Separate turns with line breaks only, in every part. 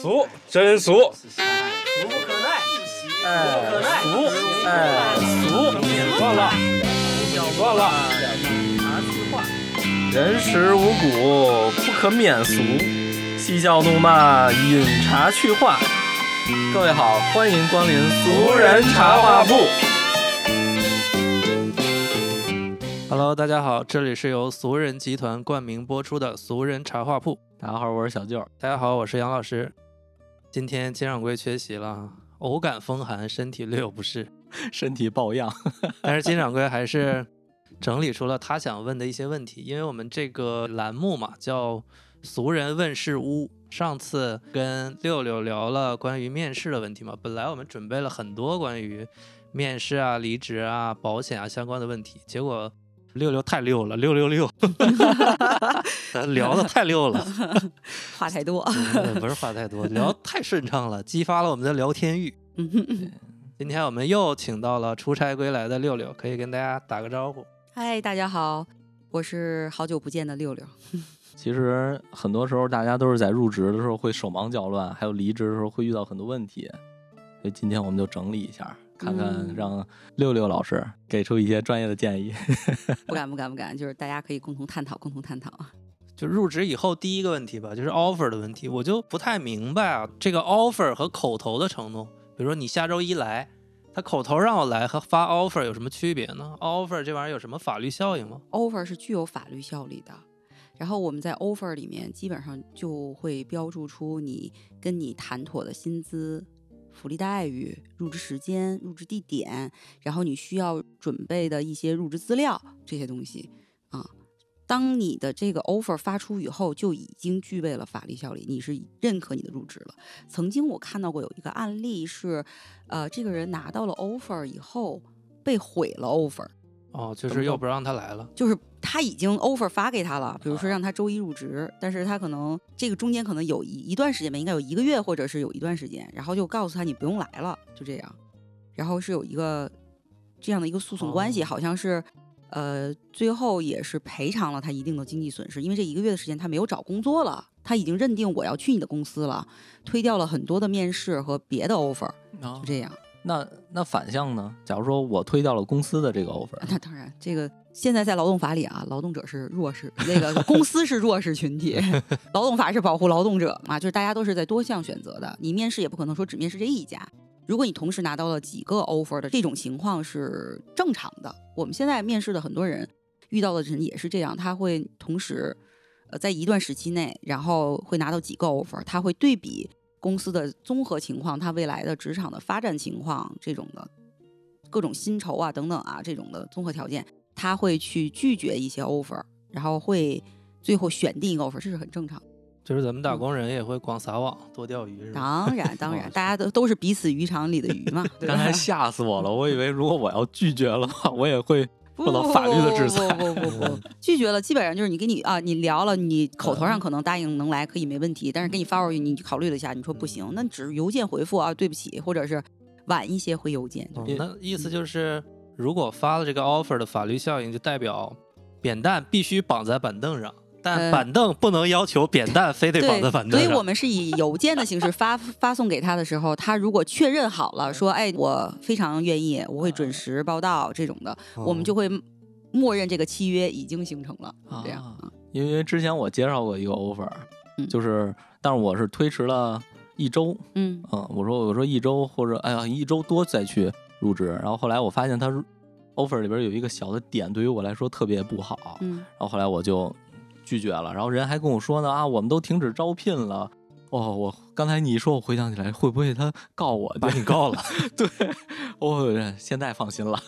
俗，真俗，
俗不可耐，
哎
可耐
俗，
哎，
俗，算了，算了，
人食五谷，不可免俗。嬉笑怒骂，饮茶去话。各位好，欢迎光临俗人茶话铺。
Hello，大家好，这里是由俗人集团冠名播出的《俗人茶话铺》。
大家好，我是小舅。
大家好，我是杨老师。今天金掌柜缺席了啊，偶感风寒，身体略有不适，
身体抱恙。
但是金掌柜还是整理出了他想问的一些问题，因为我们这个栏目嘛叫“俗人问事屋”。上次跟六六聊了关于面试的问题嘛，本来我们准备了很多关于面试啊、离职啊、保险啊相关的问题，结果六六太溜了，六六六， 咱聊的太溜了，
话太多。
嗯不是话太多，聊得太顺畅了，激发了我们的聊天欲。
嗯哼嗯
今天我们又请到了出差归来的六六，可以跟大家打个招呼。
嗨，大家好，我是好久不见的六六。
其实很多时候大家都是在入职的时候会手忙脚乱，还有离职的时候会遇到很多问题，所以今天我们就整理一下，看看
嗯
让六六老师给出一些专业的 建议。
不敢不敢不敢，就是大家可以共同探讨，共同探讨。
就入职以后第一个问题吧，就是 offer 的问题，我就不太明白啊，这个 offer 和口头的承诺，比如说你下周一来，他口头让我来和发 offer 有什么区别呢？offer 这玩意儿有什么法律效应吗？
offer 是具有法律效力的，然后我们在 offer 里面基本上就会标注出你跟你谈妥的薪资、福利待遇、入职时间、入职地点，然后你需要准备的一些入职资料这些东西啊。当你的这个 offer 发出以后，就已经具备了法律效力，你是认可你的入职了。曾经我看到过有一个案例是，呃，这个人拿到了 offer 以后被毁了 offer，
哦，就是又不让他来了。
就是他已经 offer 发给他了，比如说让他周一入职，但是他可能这个中间可能有一一段时间吧，应该有一个月或者是有一段时间，然后就告诉他你不用来了，就这样，然后是有一个这样的一个诉讼关系，
哦
好像是。呃，最后也是赔偿了他一定的经济损失，因为这一个月的时间他没有找工作了，他已经认定我要去你的公司了，推掉了很多的面试和别的 offer，就这样。
那那反向呢？假如说我推掉了公司的这个 offer，
那当然，这个现在在劳动法里啊，劳动者是弱势，那个公司是弱势群体，劳动法是保护劳动者嘛，就是大家都是在多项选择的，你面试也不可能说只面试这一家。如果你同时拿到了几个 offer 的这种情况是正常的，我们现在面试的很多人遇到的人也是这样，他会同时呃在一段时期内，然后会拿到几个 offer，他会对比公司的综合情况，他未来的职场的发展情况这种的各种薪酬啊等等啊这种的综合条件，他会去拒绝一些 offer，然后会最后选定一个 offer，这是很正常的。
就是咱们打工人也会广撒网、多钓鱼，是吧？
当然，当然，大家都都是彼此渔场里的鱼嘛， 对吧
哦刚？ 才吓死我了，我以为如果我要拒绝了话，我也会
不
受到法律的制裁
不不不不 不不，拒绝了，基本上就是你跟你啊，你聊了，你口
嗯
头上可能答应能来可以没问题，但是给你发过去，你考虑了一下，你说
嗯
不行，那只是邮件回复啊，对不起，或者是晚一些回邮件。
哦
因
那意思就是，如果发了这个 offer 的法律效应，就代表扁担必须绑在板凳上，但
呃
板凳不能要求扁担非得绑在板凳
所
上。
以我们是以邮件的形式发 发送给他的时候，他如果确认好了，说哎，我非常愿意，我会准时报到这种的，我
哦嗯
们就会默认这个契约已经形成了，这样。
啊
嗯
因为之前我介绍过一个 offer，、
嗯
就是，但是我是推迟了一周，
嗯，
嗯，我说我说一周或者哎呀一周多再去入职，然后后来我发现他 offer 里边有一个小的点对于我来说特别不好，
嗯
然后后来我就拒绝了，然后人还跟我说呢啊我们都停止招聘了。哦，我刚才你一说，我回想起来，会不会他告我，把你告了？ 对，我、现在放心了。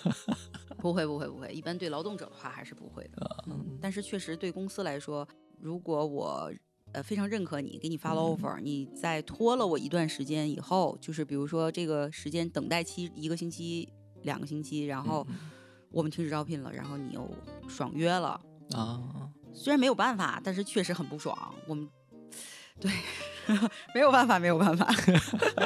不会不会不会，一般对劳动者的话还是不会的。嗯，但是确实对公司来说，如果我呃非常认可你，给你发了 offer，、你在拖了我一段时间以后，就是比如说这个时间等待期一个星期、两个星期，然后我们停止招聘了，然后你又爽约了，
啊，
虽然没有办法，但是确实很不爽。我们对 没有办法，没有办法，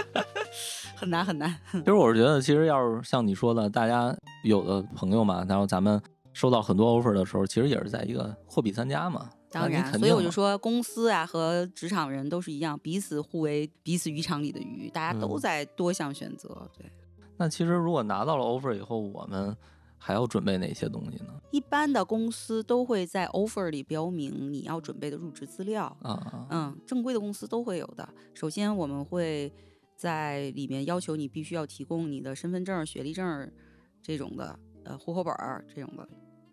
很难很难。
其实我是觉得，其实要是像你说的，大家有的朋友嘛，然后咱们收到很多 offer 的时候，其实也是在一个货比三家嘛，
当
那你
然，
肯
所以
定
我就
嘛
说，公司啊和职场人都是一样，彼此互为彼此渔场里的鱼，大家都
嗯
在多项选择。对，
那其实如果拿到了 offer 以后，我们还要准备哪些东西呢？
一般的公司都会在 offer 里标明你要准备的入职资料，
啊，
嗯，正规的公司都会有的。首先，我们会在里面要求你必须要提供你的身份证儿、学历证儿这种的，呃，户口本儿这种的。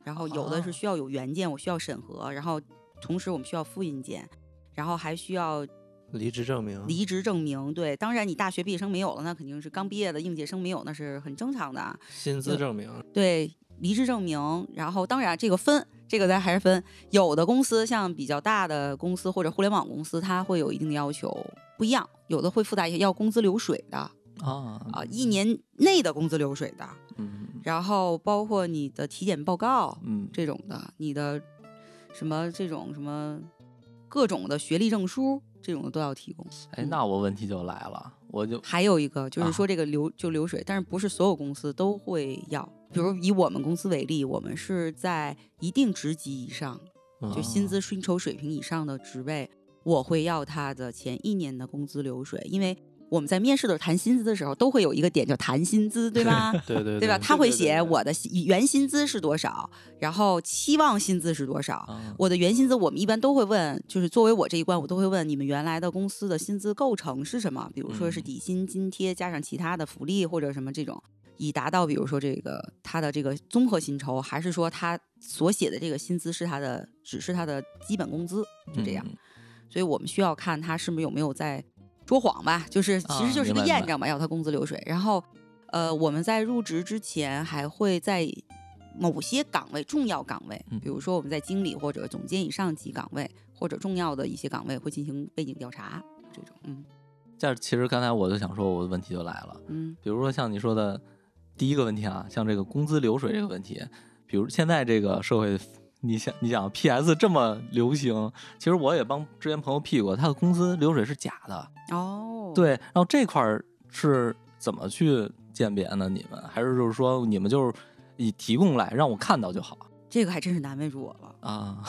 然后有的是
哦
需要有原件，我需要审核，然后同时我们需要复印件，然后还需要
离职证明，
离职证明。对，当然你大学毕业生没有了，那肯定是刚毕业的应届生没有，那是很正常的啊。
薪资证明，
嗯
对离职证明，然后当然这个分，这个咱还是分。有的公司像比较大的公司或者互联网公司，它会有一定的要求，不一样。有的会附带一些要工资流水的
啊
啊，一年内的工资流水的，
嗯
然后包括你的体检报告
嗯，
这种的，你的什么这种什么各种的学历证书这种的都要提供。
哎，
嗯
那我问题就来了，我就
还有一个就
啊
是说这个流、就流水，但是不是所有公司都会要。比如以我们公司为例，我们是在一定职级以上，
啊
就薪资薪酬水平以上的职位，我会要他的前一年的工资流水，因为我们在面试的时候谈薪资的时候，都会有一个点叫谈薪资，对吧？
对对
对吧？他会写
对对
我的薪原薪资是多少，然后期望薪资是多少，
啊，
我的原薪资，我们一般都会问，就是作为我这一关，我都会问你们原来的公司的薪资构成是什么？比如说是
嗯
底薪、津贴加上其他的福利或者什么这种，以达到比如说这个他的这个综合薪酬，还是说他所写的这个薪资是他的只是他的基本工资？就这样，
嗯
所以我们需要看他是不是有没有在说谎吧，就是其
啊
实就是个
明白明
验
白
证吧，要他工资流水。然后，呃，我们在入职之前还会在某些岗位、重要岗位
嗯，
比如说我们在经理或者总监以上级岗位或者重要的一些岗位会进行背景调查，这种，嗯
但是其实刚才我就想说，我的问题就来了，
嗯
比如说像你说的第一个问题啊，像这个工资流水这个问题，比如现在这个社会，你想你想 PS 这么流行，其实我也帮之前朋友 P 过，他的工资流水是假的，
哦，
对，然后这块儿是怎么去鉴别呢？你们还是就是说你们就是以提供来让我看到就好
这个还真是难为住我了。
啊？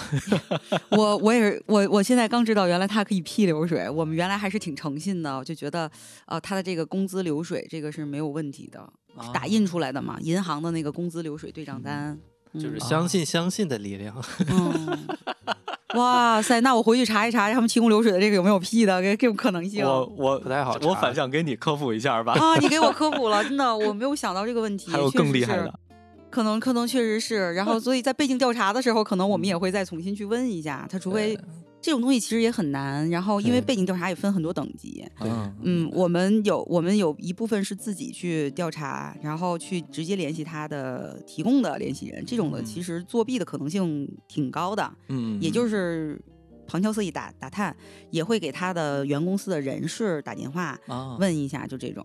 我我也是，我我现在刚知道，原来他可以批流水。我们原来还是挺诚信的，就觉得，呃，他的这个工资流水这个是没有问题的，
啊
是打印出来的嘛，银行的那个工资流水对账单。嗯
就是相信相信的力量，
嗯，哇塞！那我回去查一查，他们提供流水的这个有没有批的，这这种可能性
我我
不太好查
我反向给你科普一下吧。
啊！你给我科普了，真的，我没有想到这个问题。
还有
确
更
实
厉害
是
的，
可能可能确实是，然后所以在背景调查的时候，可能我们也会再重新去问一下他，除非
对
这种东西其实也很难。然后因为
对
背景调查也分很多等级，
对
嗯
嗯，我们有我们有一部分是自己去调查，然后去直接联系他的提供的联系人，这种的
嗯
其实作弊的可能性挺高的，
嗯，
也就是是旁敲侧击打打探，也会给他的原公司的人事打电话，
啊，
问一下，就这种。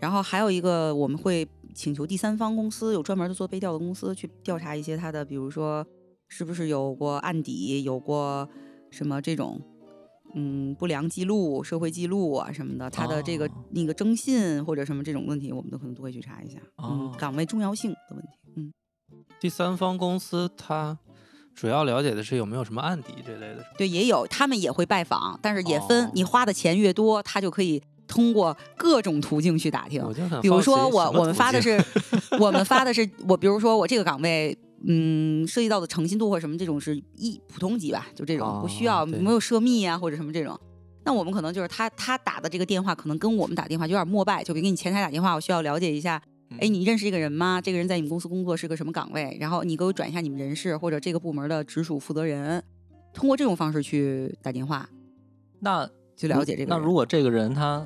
然后还有一个，我们会请求第三方公司，有专门的做背调的公司去调查一些他的，比如说是不是有过案底，有过什么这种。嗯，不良记录、社会记录啊什么的，他的这个、
哦
那个征信或者什么这种问题，我们都可能都会去查一下。
哦
嗯，岗位重要性的问题。嗯，
第三方公司它主要了解的是有没有什么案底这类的，
对，也有，他们也会拜访，但是也分，
哦
你花的钱越多，他就可以通过各种途径去打听。
我就很
比如
好奇
说
什
我
么
我们
途
发的
径
是我们发的是我，比如说我这个岗位，嗯，涉及到的诚信度或者什么这种是一普通级吧，就这种不
哦
需要
对
没有涉密啊或者什么这种。那我们可能就是他他打的这个电话，可能跟我们打电话有点膜拜，就比如给你前台打电话，我需要了解一下，
嗯
哎，你认识这个人吗？这个人在你们公司工作是个什么岗位？然后你给我转一下你们人事或者这个部门的直属负责人，通过这种方式去打电话
那
去了解这个
那
人。
如果这个人他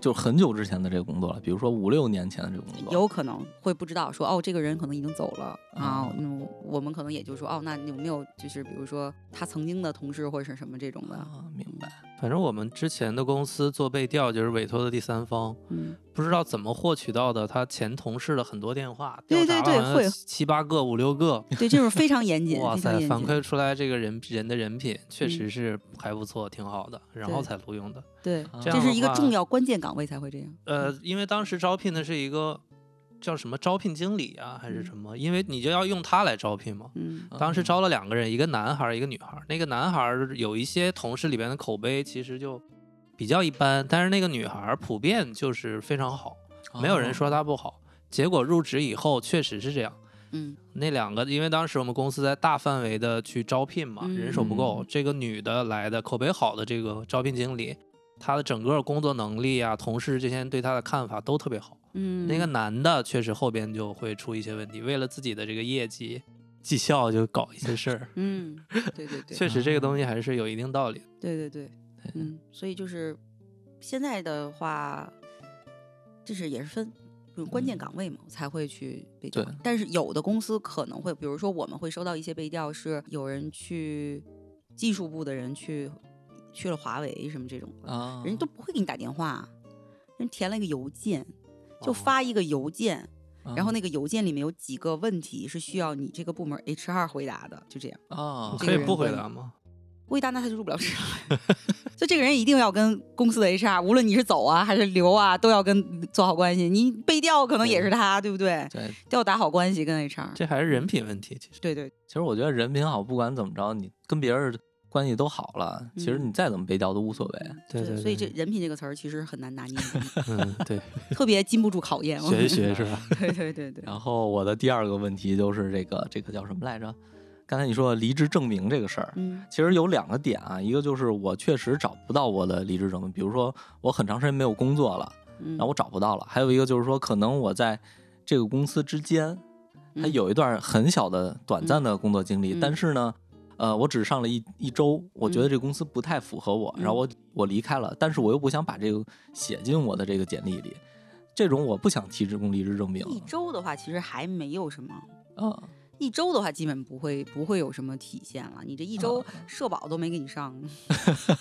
就很久之前的这个工作了，比如说五六年前的这个工作，
有可能会不知道说哦，这个人可能已经走了
嗯
啊
啊，
那、我们可能也就说哦，那有没有就是比如说他曾经的同事或者是什么这种的，
啊，明白
反正我们之前的公司做背调就是委托的第三方，
嗯，
不知道怎么获取到的他前同事的很多电话，
对
调查
对对
了好像
会
有七八个五六个，
对，这种非常严 谨，
哇
非常
塞，
严
反
谨，
馈出来这个人人的人品确
嗯
实是还不错，挺好的，然后
对
才录用的。
对，
这
这
啊样
是
的
一个
话
重要关键岗位才会这样，
呃，因为当时招聘的是一个叫什么招聘经理啊，还是什么？因为你就要用他来招聘嘛。
嗯
当时招了两个人，一个男孩儿，一个女孩儿。那个男孩儿有一些同事里边的口碑其实就比较一般，但是那个女孩儿普遍就是非常好，没有
哦
哦
人说她不好。结果入职以后确实是这样，
嗯
那两个，因为当时我们公司在大范围的去招聘嘛，
嗯
人手不够。这个女的来的口碑好的这个招聘经理，她的整个工作能力啊，同事之间对她的看法都特别好。
嗯，。
那个男的确实后边就会出一些问题，为了自己的这个业绩绩效就搞一些事儿
嗯，对对对，
确实，这个东西还是有一定道理的。
对对对，嗯，所以就是现在的话，就是也是分。嗯关键岗位嘛，才会去被调
对。
但是有的公司可能会，比如说我们会收到一些被调，是有人去技术部的人去去了华为什么这种，
啊，
嗯人家都不会给你打电话，啊人填了一个邮件，就
哦
发一个邮件，
啊，
然后那个邮件里面有几个问题是需要你这个部门 HR 回答的，就这样。
啊，
这
可以
个人
不回
会
答吗？
不回答那他就入不了职了。 所以这个人一定要跟公司的 HR，无论你是走啊还是留啊，都要跟做好关系。你被调可能也是他，对不对？
对，
都要打好关系跟 HR。
这还是人品问题。其 实
对对，
其实我觉得人品好，不管怎么着，你跟别人关系都好了，其实
嗯
你再怎么被调都无所谓。
对对
所以这
对
人品这个词儿其实很难拿捏的，
嗯， 对，
特别经不住考验。 我
学一学是吧？
对对对对，
然后我的第二个问题就是这个这个叫什么来着？刚才你说离职证明这个事儿，
嗯
其实有两个点啊，一个就是我确实找不到我的离职证明，比如说我很长时间没有工作了，
嗯。
然后我找不到了；还有一个就是说，可能我在这个公司之间，它
嗯
有一段很小的、短暂的工作经历，
嗯
但是呢，呃，我只上了一一周，我觉得这个公司不太符合我，
嗯
然后我我离开了，但是我又不想把这个写进我的这个简历里，这种我不想提职工离职证明
一周的话，其实还没有什么。
啊。
一周的话，基本不会不会有什么体现了。你这一周
啊
社保都没给你上，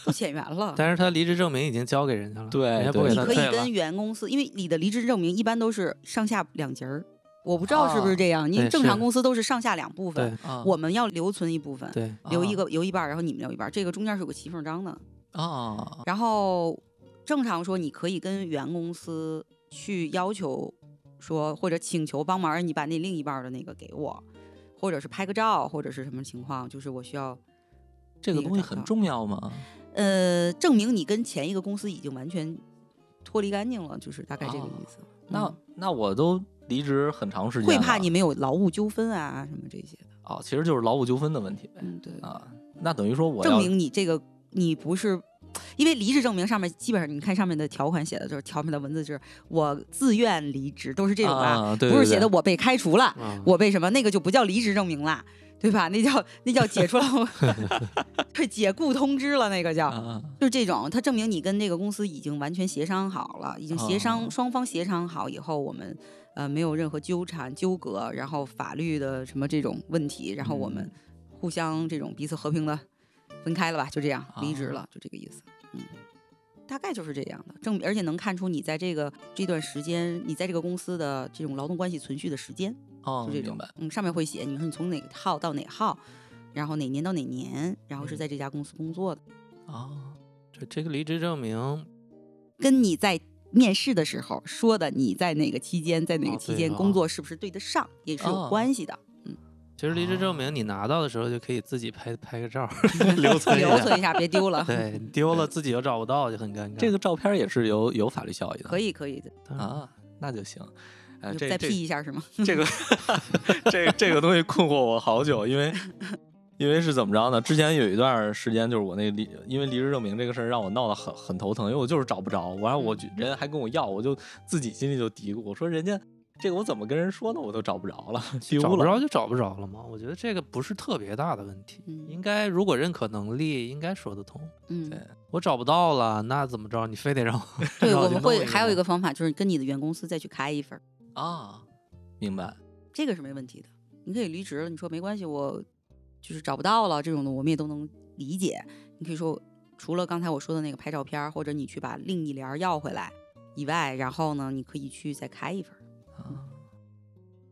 都减员 了。
但是他离职证明已经交给人家了，
对
人家不给
对
你
他
可以
退了
跟。原公司，因为你的离职证明一般都是上下两节儿，我不知道是不是这样。您
哦对
正
是
常公司都是上下两部分，
啊
我们要留存一部分，
对，哦
留一
啊
个留一半儿，然后你们留一半儿，这个中间是有个齐缝章的。
啊
然后正常说，你可以跟原公司去要求说，或者请求帮忙，你把那另一半儿的那个给我，或者是拍个照，或者是什么情况，就是我需要
这个
那个
东西
找
很
到
重要吗？
呃证明你跟前一个公司已经完全脱离干净了，就是大概这个
哦
意思。
那
嗯
那我都离职很长时间
会
了，
怕你们有劳务纠纷啊什么这些的。
哦，其实就是劳务纠纷的问题呗
嗯，对，
啊。那等于说我
证
要
明你这个你不是。因为离职证明上面基本上，你看上面的条款写的就是条面的文字就是我自愿离职，都是这种啊，
啊，对
不
对
是写
对
的我被开除了，
啊
我被什么那个就不叫离职证明啦，对吧？那叫那叫解除劳务， 对解雇通知了，那个叫、
啊
就是这种，它证明你跟这个公司已经完全协商好了，已经协商、
哦
双方协商好以后，我们呃没有任何纠缠纠葛，然后法律的什么这种问题，然后我们互相这种彼此和平的分开了吧，就这样离职
啊
了，就这个意思，嗯。大概就是这样的，证而且能看出你在这个这段时间，你在这个公司的这种劳动关系存续的时间，
哦，
就这种
明白。。
嗯，上面会写，你说你从哪个号到哪号，然后哪年到哪年，然后是在这家公司工作的。
啊，
这这个离职证明
跟你在面试的时候说的你在哪个期间，在哪
哦
个期
对
间
啊
工作是不是对得上，也是有
哦
关系的。
其实离职证明你拿到的时候就可以自己拍拍 个照儿，留 存一
留
下。
存一下，别丢了。
对，丢了自己又找不到，就很尴尬。
这个照片也是有有法律效益的，
可以可以的，
当然
啊，那就行。
啊
呃，
就
这
再
这
P 一下是吗？
这个这这个东西困惑我好久，因为因为是怎么着呢？之前有一段时间就是我那个离，因为离职证明这个事儿让我闹得很很头疼，因为我就是找不着，完了我
嗯
就人还跟我要，我就自己心里就嘀咕，我说人家这个我怎么跟人说呢？我都找不着了，丢
找不
了。
着就找不着了嘛。我觉得这个不是特别大的问题，
嗯
应该如果认可能力，应该说得通。
嗯，
我找不到了，那怎么着？你非得让我
对，
让
我
去
们
弄
会还有一
个
个方法，就是跟你的原公司再去开一份儿，
啊，明白。
这个是没问题的。你可以离职了，你说没关系，我就是找不到了这种的，我们也都能理解。你可以说，除了刚才我说的那个拍照片儿，或者你去把另一联儿要回来以外，然后呢，你可以去再开一份儿。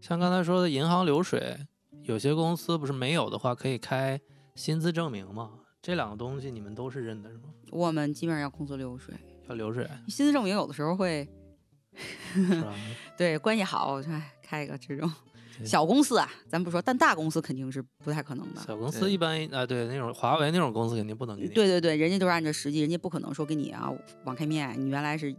像刚才说的银行流水，有些公司不是没有的话可以开薪资证明嘛？这两个东西你们都是认的是吗？
我们基本上要工作流水。
要流水
薪资证明有的时候会
是 吧？
对，关系好，哎，开一个这种小公司啊，咱不说，但大公司肯定是不太可能的。
小公司
对
一般啊，对那种华为那种公司肯定不能给你。
对对对，人家就是按照实际，人家不可能说给你啊网开面，你原来是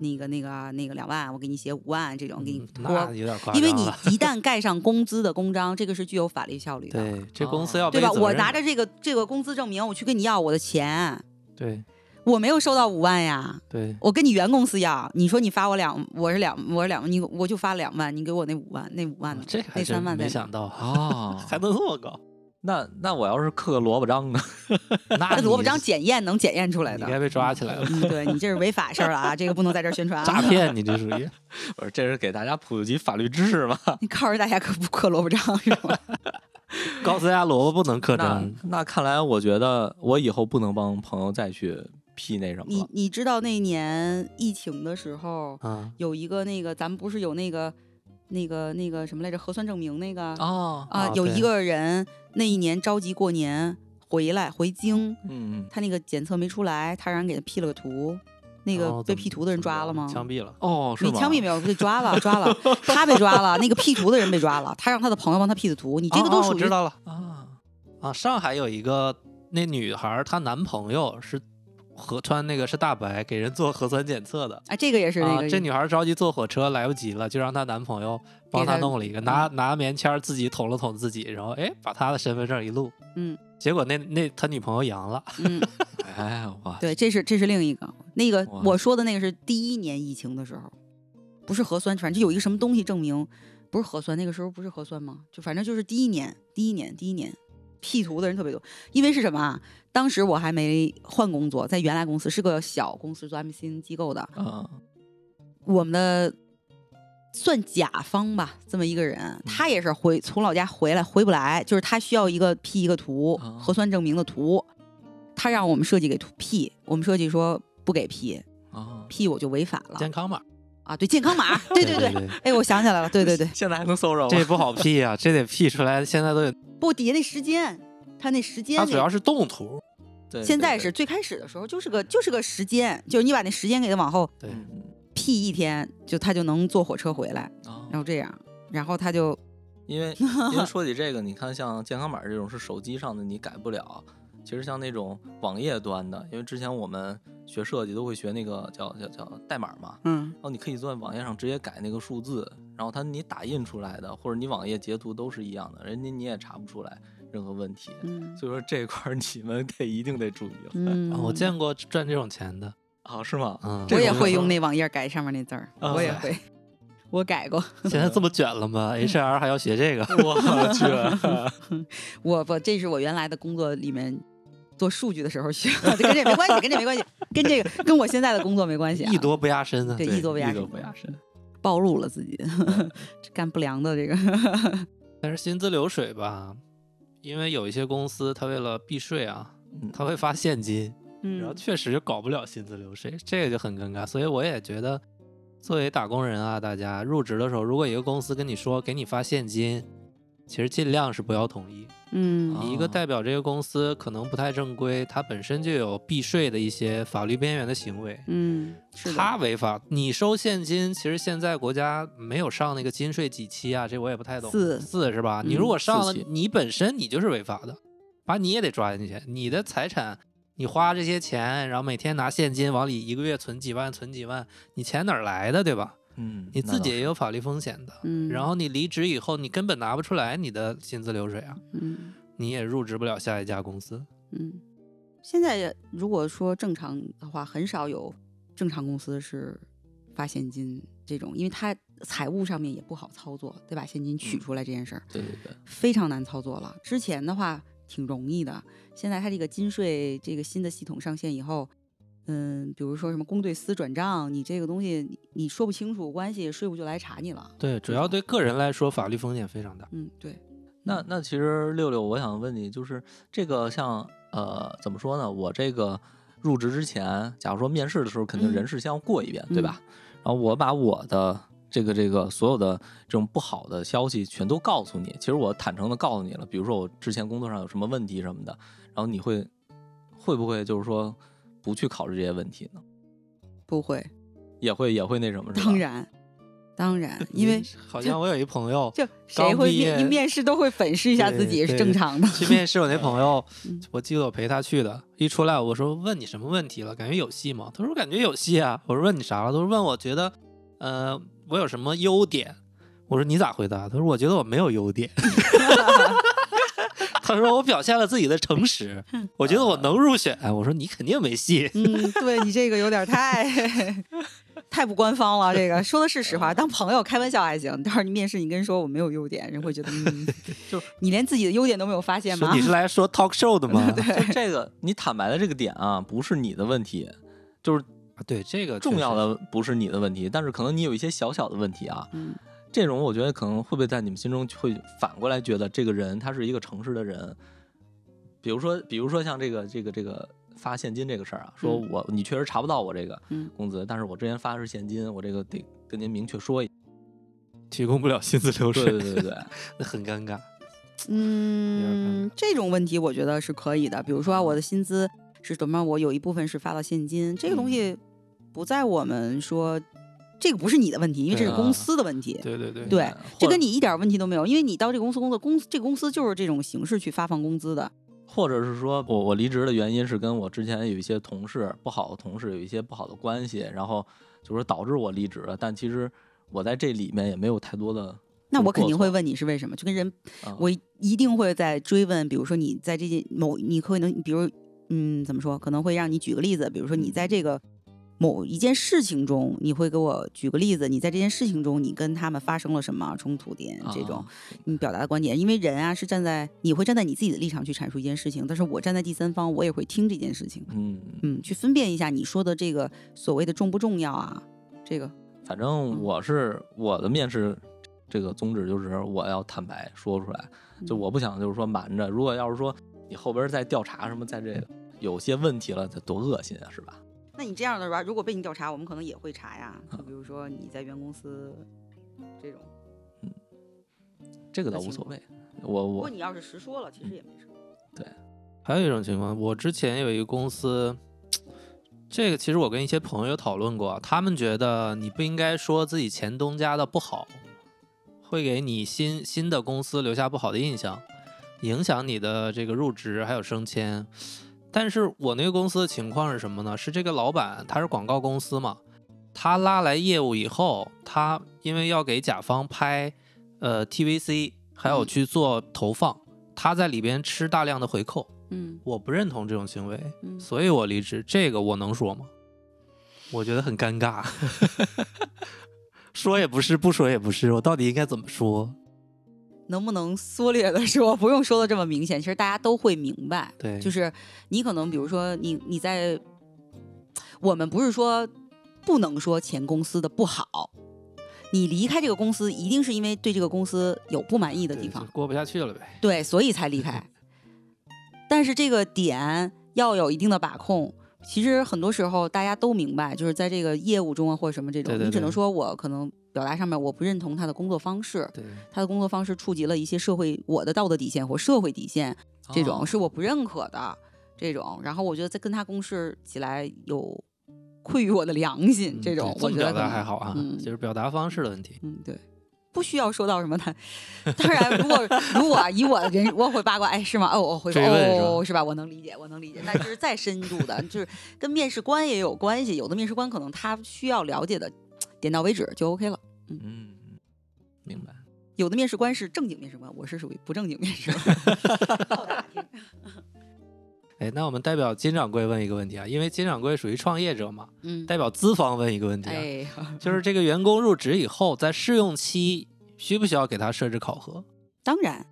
那个那个那个两万，我给你写五万这种，
嗯，
给你拖，
那有点夸张了。
因为你 一旦盖上工资的公章，这个是具有法律效力的，
对这公司要
哦对
背
吧？
责
我
任
拿
的
着这个这个工资证明，我去跟你要我的钱，
对
我没有收到五万呀，
对
我跟你原公司要，你说你发我两，我是两，我是两，你我就发两万，你给我那五万，啊那五万呢，
这还
那
真
三万
没
在哪
想到啊，
哦，
还能这么 高？
那那我要是刻个萝卜章呢？
那
那萝卜章
你
检验能检验出来
你
的。
该被抓起来 了，
嗯，对你这是违法事儿了啊，这个不能在这儿 宣传
诈
啊！
骗你这属于。
我说这是给大家普及法律知识嘛？
你告诉大家可不嗑萝卜章是 吧？
高斯家萝卜不能刻
那
章，
那看来，我觉得我以后不能帮朋友再去 P 那什么
你
了。
你知道那年疫情的时候，
啊，
有一个那个咱们不是有那个那个那个什么来着核酸证明那个啊、
哦，
啊
有
对
一个人那一年着急过年回来回京，
嗯，嗯
他那个检测没出来，他让人给他 P 了个图，那
然
个
后
被
哦怎么
P 图的人
怎么
抓
着
了吗？
枪毙了。
哦，是
你
吗？
枪毙没有？被抓了，抓了，他被抓了，那个 P 图的人被抓了，他让他的朋友帮他 P 的图，你这个
哦
都
哦我
属于
知道了
啊，
啊。上海有一个那女孩儿，她男朋友是核穿那个是大白，给人做核酸检测的。
啊，这个也是那
啊
个，
这女孩儿着急坐火车来不及了，就让她男朋友帮
给
她
她嗯
弄了一个，拿拿棉签儿自己捅了捅自己，然后哎把她的身份证一录，
嗯，
结果那那她女朋友阳了，
嗯，
哎哇，
对，这是这是另一个。那个
哇
我说的那个是第一年疫情的时候，不是核酸，反正就有一个什么东西证明不是核酸。那个时候不是核酸吗？就反正就是第一年，第一年，第一年，P 图的人特别多。因为是什么啊？当时我还没换工作，在原来公司是个小公司，做 M C N 机构的。
嗯
我们的算甲方吧，这么一个人，他也是回从老家回来回不来，就是他需要一个 P 一个图
啊
核酸证明的图，他让我们设计给图 P，我们设计说不给 P，P
啊，
我就违法了
健康码，
啊！对，健康码，对对
对
对，，哎，我想起来了，对对对，
现在还能搜着吗？
这不好 P 啊，这得 P 出来，现在都有，
不底下那时间，他那时间
它
给
主要是动图，
对
现在
对
是
对
最开始的时候就是个就是个时间，就是你把那时间给他往后
对，
嗯
P 一天，就他就能坐火车回来，
哦
然后这样，然后他就
因为 因为说起这个，你看像健康码这种是手机上的，你改不了。其实像那种网页端的，因为之前我们学设计都会学那个叫叫叫代码嘛，
嗯
然后你可以在网页上直接改那个数字，然后它你打印出来的或者你网页截图都是一样的，人家你也查不出来任何问题。
嗯
所以说这块儿你们得一定得注意了。
嗯
啊，我见过赚这种钱的，
啊，是吗？
嗯，
我也
这种啊
会用那网页改上面那字儿，我也会，我改过。
现在这么卷了吗？HR
嗯
还要学这 个，
我啊去，
我不，这是我原来的工作里面做数据的时候学的，跟这没关系，跟这没关系，跟这个跟我现在的工作没关系、啊。
艺多不压身呢，
对艺多不压身，
艺多不压嗯身，
暴露了自己干不良的这个。
但是薪资流水吧，因为有一些公司它为了避税啊，
嗯
它会发现金，然后
嗯，
确实就搞不了薪资流水，这个就很尴尬。所以我也觉得，作为打工人啊，大家入职的时候，如果一个公司跟你说给你发现金，其实尽量是不要同意。
嗯
以一个
哦
代表这个公司可能不太正规，它本身就有避税的一些法律边缘的行为。
嗯，是
他
的，
违法，你收现金，其实现在国家没有上那个金税几期啊，这我也不太懂。
四
四是吧？你
嗯
如果上了，
四期
你本身你就是违法的，把你也得抓进去。你的财产，你花这些钱，然后每天拿现金往里一个月存几万，存几万，你钱哪儿来的，对吧？
嗯，
你自己也
那倒是
有法律风险的。
嗯，
然后你离职以后，你根本拿不出来你的薪资流水啊，
嗯
你也入职不了下一家公司。
嗯，现在如果说正常的话，很少有正常公司是发现金这种，因为它财务上面也不好操作，得把现金
嗯
取出来这件事儿、
对对对，
非常难操作了。之前的话挺容易的，现在它这个金税这个新的系统上线以后，嗯，比如说什么公对私转账，你这个东西你你说不清楚关系，税务就来查你了。
对，主要对个人来说，法律风险非常大。
嗯，对，
那那其实六六，我想问你，就是这个像呃，怎么说呢？我这个入职之前，假如说面试的时候，肯定
嗯
人事先要过一遍，
嗯
对吧？然后我把我的这个这个所有的这种不好的消息全都告诉你。其实我坦诚的告诉你了，比如说我之前工作上有什么问题什么的，然后你会会不会就是说不去考虑这些问题呢？
不会，
也会也会那什么，是吧
当然，当然，因为
好像我有一朋友
就谁会
毕业
面一面试都会粉饰一下自己
对
是正 常 的。
去面试，我那朋友
嗯，
我记得我陪他去的。一出来我说问你什么问题了，感觉有戏吗？他说我感觉有戏啊。我说问你啥了？他说问我觉得，呃，我有什么优点？我说你咋回答？他说我觉得我没有优点。 他说我表现了自己的诚 实，我觉得我能入选。我说你肯定没戏。
嗯，对你这个有点太太不官方了。这个说的是实话，当朋友开玩笑还行，但是你面试你跟人说我没有优点，人会觉得嗯，
就
你连自己的优点都没有发现
说
吗
你？是来说 talk show 的 吗？
就这个你坦白的这个点啊，不是你的问题，就是
啊对，这个
呃
确
重要
实
的不是你的问题，但是可能你有一些小小的问题啊，
嗯，
这种我觉得可能会不会在你们心中就会反过来觉得这个人他是一个诚实的人，比如说比如说像这个这个这个发现金这个事儿啊，说
嗯
我、你确实查不到我这个
嗯
工资，但是我之前发的是现金，我这个得跟您明确说一下，
提供不了薪资流
对
水，
对对对，
那 很尴尬。
嗯，这种问题我觉得是可以的。比如说我的薪资是什么，我有一部分是发到现金，这个东
嗯
西不在我们说，这个不是你的问题，因为这
对
是
啊
公司的问题。
对对对，
对
嗯
这
或者
跟你一点问题都没有，因为你到这个公司工作，公司这个公司就是这种形式去发放工资的。
或者是说我我离职的原因是跟我之前有一些同事不好的同事有一些不好的关系，然后就是导致我离职了，但其实我在这里面也没有太多的。
那
就是
我肯
过
定会
错
问你是为什么，就跟人
嗯
我一定会在追问，比如说你在这件某，你可能比如嗯怎么说，可能会让你举个例子，比如说你在
嗯
这个某一件事情中，你会给我举个例子，你在这件事情中你跟他们发生了什么冲突点这种
啊，
你表达的观点，因为人啊是站在你会站在你自己的立场去阐述一件事情，但是我站在第三方，我也会听这件事情，
嗯，
嗯，去分辨一下你说的这个所谓的重不重要啊，这个
反正我是我的面试这个宗旨就是我要坦白说出来，就
嗯
我不想就是说瞒着。如果要是说你后边再调查什么，在这个有些问题了，这多恶心啊，是吧？
那你这样的话，如果被你调查，我们可能也会查呀。就比如说你在原公司这种，
这个倒
那
无
行
所
吧
谓。我
不过
我
你要是实说了，其实也没事。
还有一种情况，我之前有一个公司，这个其实我跟一些朋友讨论过，啊他们觉得你不应该说自己前东家的不好，会给你新新的公司留下不好的印象，影响你的这个入职还有升迁。但是我那个公司的情况是什么呢？是这个老板他是广告公司嘛，他拉来业务以后，他因为要给甲方拍呃 TVC，还有去做投放，他在里边吃大量的回扣。
嗯
我不认同这种行为，
嗯
所以我离职。这个我能说吗？我觉得很尴尬， 说也不是，不说也不是，我到底应该怎么说？
能不能缩略的说，不用说的这么明显，其实大家都会明白。
对
就是你可能比如说你你在，我们不是说不能说前公司的不好，你离开这个公司一定是因为对这个公司有不满意的地
对
方
就。过不下去了呗。
对，所以才离开。但是这个点要有一定的把控。其实很多时候大家都明白，就是在这个业务中啊或者什么这种，
对对
你只能
对
说我可能表达上面我不认同他的工作方式，
对，
他的工作方式触及了一些社会我的道德底线或社会底线，这种、
哦
是我不认可的这种。然后我觉得在跟他共事起来有愧于我的良心，嗯这种
嗯对
我
么
觉
表
得可
达
能
还好啊，
嗯
就是表达方式的问题。
嗯，对，不需要说到什么他。 当然，如果如果啊以我的人，我会八卦，哎，是吗？哦，我会
追问是吧
哦，是吧？我能理解，我能理解。那就是再深入的，就是跟面试官也有关系。有的面试官可能他需要了解的，点到为止就 OK 了。
嗯，明白。
有的面试官是正经面试官，我是属于不正经面试官。靠打听
哎，那我们代表金掌柜问一个问题啊，因为金掌柜属于创业者嘛，
嗯，
代表资方问一个问题啊，
哎，
就是这个员工入职以后，在试用期需不需要给他设置考核？
当然，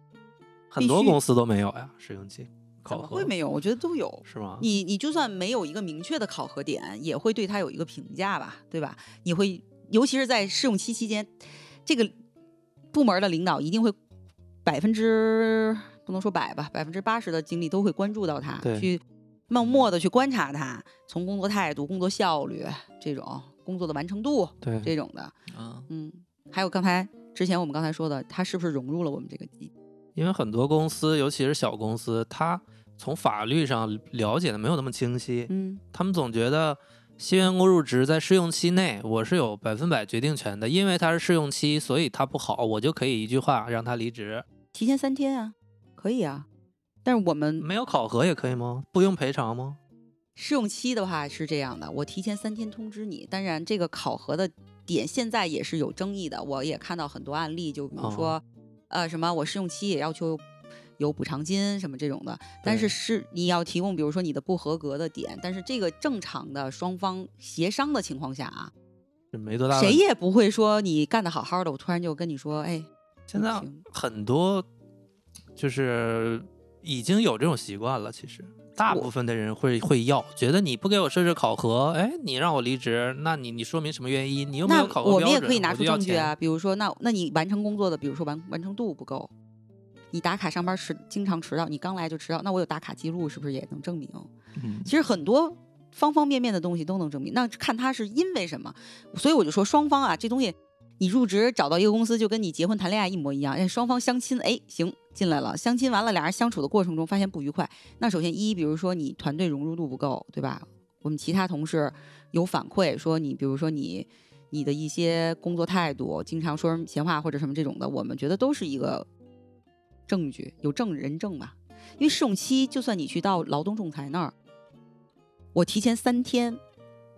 很多
必须
公司都没有呀，试用期
怎
考
么
核
会没有？我觉得都有。
是吗？
你你就算没有一个明确的考核点，也会对他有一个评价吧，对吧？你会，尤其是在试用期期间，这个部门的领导一定会百分之不能说百吧，百分之八十的精力都会关注到他，
对
去默默的去观察他，从工作态度、工作效率这种工作的完成度
对，
这种的，
啊，
嗯，还有刚才之前我们刚才说的，他是不是融入了我们这个
因为很多公司，尤其是小公司，它从法律上了解的没有那么清晰，
嗯
他们总觉得新员工入职在试用期内，我是有百分百决定权的，因为他是试用期，所以他不好，我就可以一句话让他离职。
提前三天啊，可以啊。但是我们
没有考核也可以吗？不用赔偿吗？
试用期的话是这样的，我提前三天通知你。当然，这个考核的点现在也是有争议的，我也看到很多案例，就比如
哦
说，呃，什么我试用期也要求有补偿金什么这种的，但
对
是是你要提供，比如说你的不合格的点，但是这个正常的双方协商的情况下啊，
这没多大问
谁
题。
也不会说你干得好好的，我突然就跟你说，哎，
现在
不行
很多就是已经有这种习惯了，其实大部分的人会会要，觉得你不给我设置考核，哎，你让我离职，那你你说明什么原因？你又没
那
有考核
我
标
们也
准
可以拿
我
出
就要
证据
钱
啊，比如说，那那你完成工作的，比如说完完成度不够，你打卡上班迟，经常迟到，你刚来就迟到，那我有打卡记录，是不是也能证明？
嗯
其实很多方方面面的东西都能证明，那看他是因为什么。所以我就说，双方啊，这东西你入职找到一个公司，就跟你结婚谈恋爱一模一样，哎，双方相亲，哎，行。进来了，相亲完了，俩人相处的过程中发现不愉快。那首先一，比如说你团队融入度不够，对吧？我们其他同事有反馈说你，比如说你你的一些工作态度，经常说人闲话或者什么这种的，我们觉得都是一个证据，有证人证吧。因为试用期，就算你去到劳动仲裁那儿，我提前三天，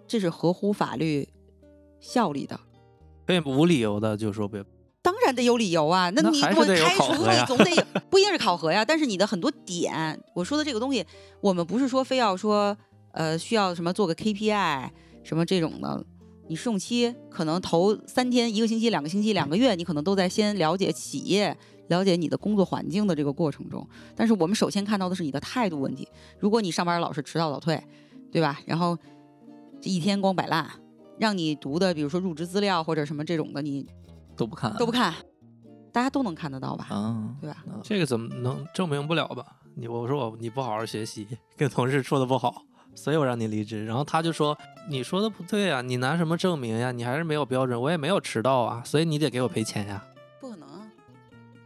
这是合乎法律效力的。
可以无理由的就说别
当然得有理由啊，那
那
你
还是
我
得有
开
考
除
核呀
你总 得有，不一定是考核呀，但是你的很多点，我说的这个东西，我们不是说非要说呃需要什么做个 KPI 什么这种的，你试用期可能头三天、一个星期、两个星期、两个月，你可能都在先了解企业、了解你的工作环境的这个过程中，但是我们首先看到的是你的态度问题，如果你上班老是迟到早退，对吧？然后这一天光摆烂，让你读的比如说入职资料或者什么这种的，你
都不看
都不看，大家都能看得到吧？
啊，
对吧？
这个怎么能证明不了吧？你我说我你不好好学习，跟同事处的不好，所以我让你离职。然后他就说你说的不对啊，你拿什么证明呀、你还是没有标准，我也没有迟到啊，所以你得给我赔钱呀、
不可能啊，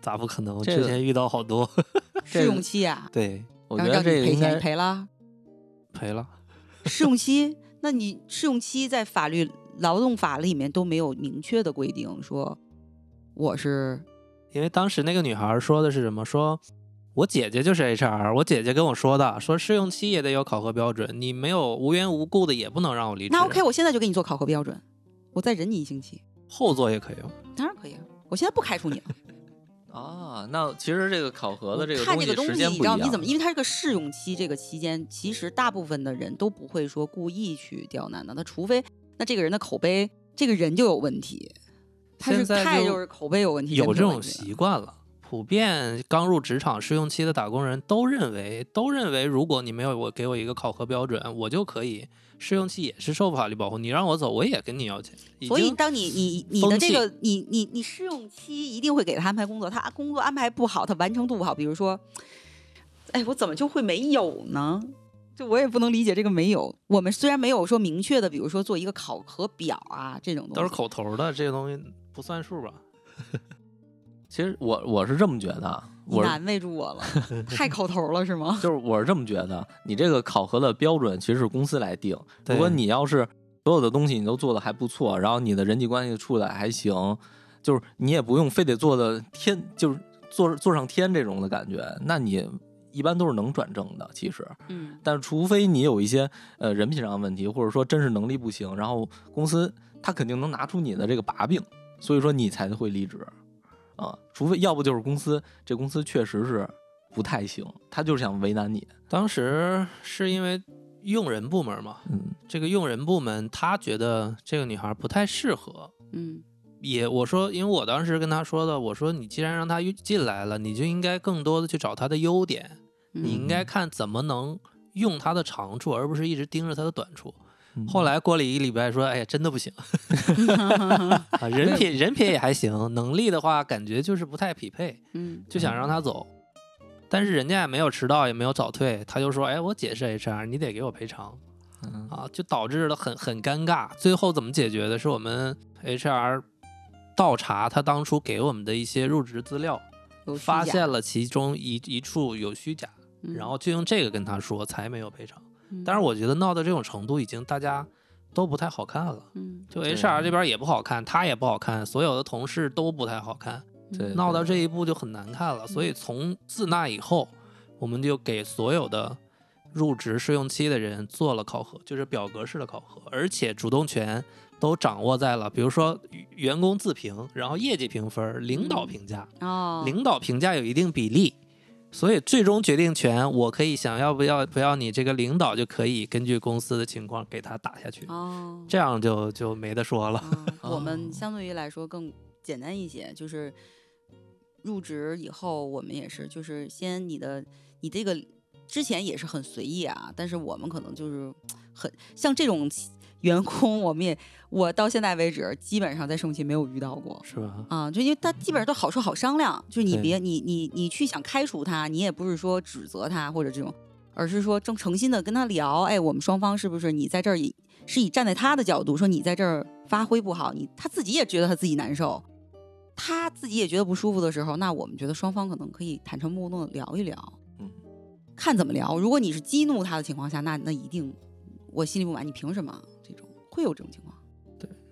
咋不可能？我
这个
之前遇到好多，
试用期啊，
对，
我觉
然后
得
让你
这个
赔
应
钱，你
该
赔了。
赔了。
试用期，那你试用期在法律劳动法里面都没有明确的规定说我是
因为当时那个女孩说的是什么？说我姐姐就是 HR，我姐姐跟我说的，说试用期也得有考核标准，你没有无缘无故的也不能让我离职。
那 OK，我现在就给你做考核标准，我再忍你一星期，
后座也可以用。
当然可以啊。我现在不开除你了。
啊。那其实这个考核的这
我
个
看这个
东
东
西时
西，
间
你
不
知
一
道
样，
你怎么？因为它这个试用期这个期间，其实大部分的人都不会说故意去刁难的，他除非那这个人的口碑，这个人就有问题。他是
现在
太
就
就是口碑有问题，
有
人
这
品有
种
问题
习惯了。普遍刚入职场试用期的打工人都认为，都认为如果你没有我给我一个考核标准，我就可以试用期也是受法律保护，你让我走我也跟你要钱。已
所以，
经
当你你你
风
的这
气
个你你你试用期一定会给他安排工作，他工作安排不好，他完成度不好，比如说，哎，我怎么就会没有呢？就我也不能理解这个没有。我们虽然没有说明确的，比如说做一个考核表啊这种东西，
都是口头的，这个东西不算数吧？
其实我我是这么觉得啊，
你
我是
难为住我了，太口头了是吗？
就是我是这么觉得，你这个考核的标准其实是公司来定。
对
如果你要是所有的东西你都做的还不错，然后你的人际关系处的还行，就是你也不用非得做的天，就是做做上天这种的感觉，那你一般都是能转正的。其实，
嗯，
但是除非你有一些呃人品上的问题，或者说真是能力不行，然后公司他肯定能拿出你的这个把柄，所以说你才会离职啊。除非要不就是公司这公司确实是不太行，他就是想为难你，
当时是因为用人部门嘛，
嗯，
这个用人部门他觉得这个女孩不太适合，
嗯，
也我说，因为我当时跟他说的，我说你既然让他进来了，你就应该更多的去找他的优点，
嗯
你应该看怎么能用他的长处，而不是一直盯着他的短处。
嗯
后来过了一个礼拜，说，哎呀，真的不行，啊人品人品也还行，能力的话感觉就是不太匹配，
嗯
就想让他走。但是人家也没有迟到，也没有早退，他就说，哎，我姐是 HR，你得给我赔偿。
嗯
啊，就导致了很很尴尬。最后怎么解决的？是我们 HR 倒查他当初给我们的一些入职资料，
有虚
发
假
现了其中一一处有虚假，
嗯
然后就用这个跟他说，才没有赔偿。
嗯
但是我觉得闹到这种程度，已经大家都不太好看了。
嗯，
就
对
HR 这边也不好看，他也不好看，所有的同事都不太好看，
对
闹到这一步就很难看了。所以从自那以后，我们就给所有的入职试用期的人做了考核，就是表格式的考核，而且主动权都掌握在了，比如说员工自评，然后业绩评分、领导
嗯
评价，
哦，
领导评价有一定比例，所以最终决定权我可以想要不要不要你这个领导就可以根据公司的情况给他打下去，
哦，
这样就就没得说 了。
哦我
哦
们相对于来说更简单一些，就是入职以后，我们也是，就是先你的你这个之前也是很随意啊，但是我们可能就是很像这种员工，我们也我到现在为止基本上在盛奇没有遇到过。
是吧？
啊，就因为他基本上都好说好商量，就是你
对
别你你你去想开除他，你也不是说指责他或者这种，而是说正诚心的跟他聊，哎，我们双方是不是你在这儿以是以站在他的角度说你在这儿发挥不好，你他自己也觉得他自己难受，他自己也觉得不舒服的时候，那我们觉得双方可能可以坦诚不动的聊一聊，
嗯，
看怎么聊。如果你是激怒他的情况下，那那一定我心里不满，你凭什么这种会有这种情况？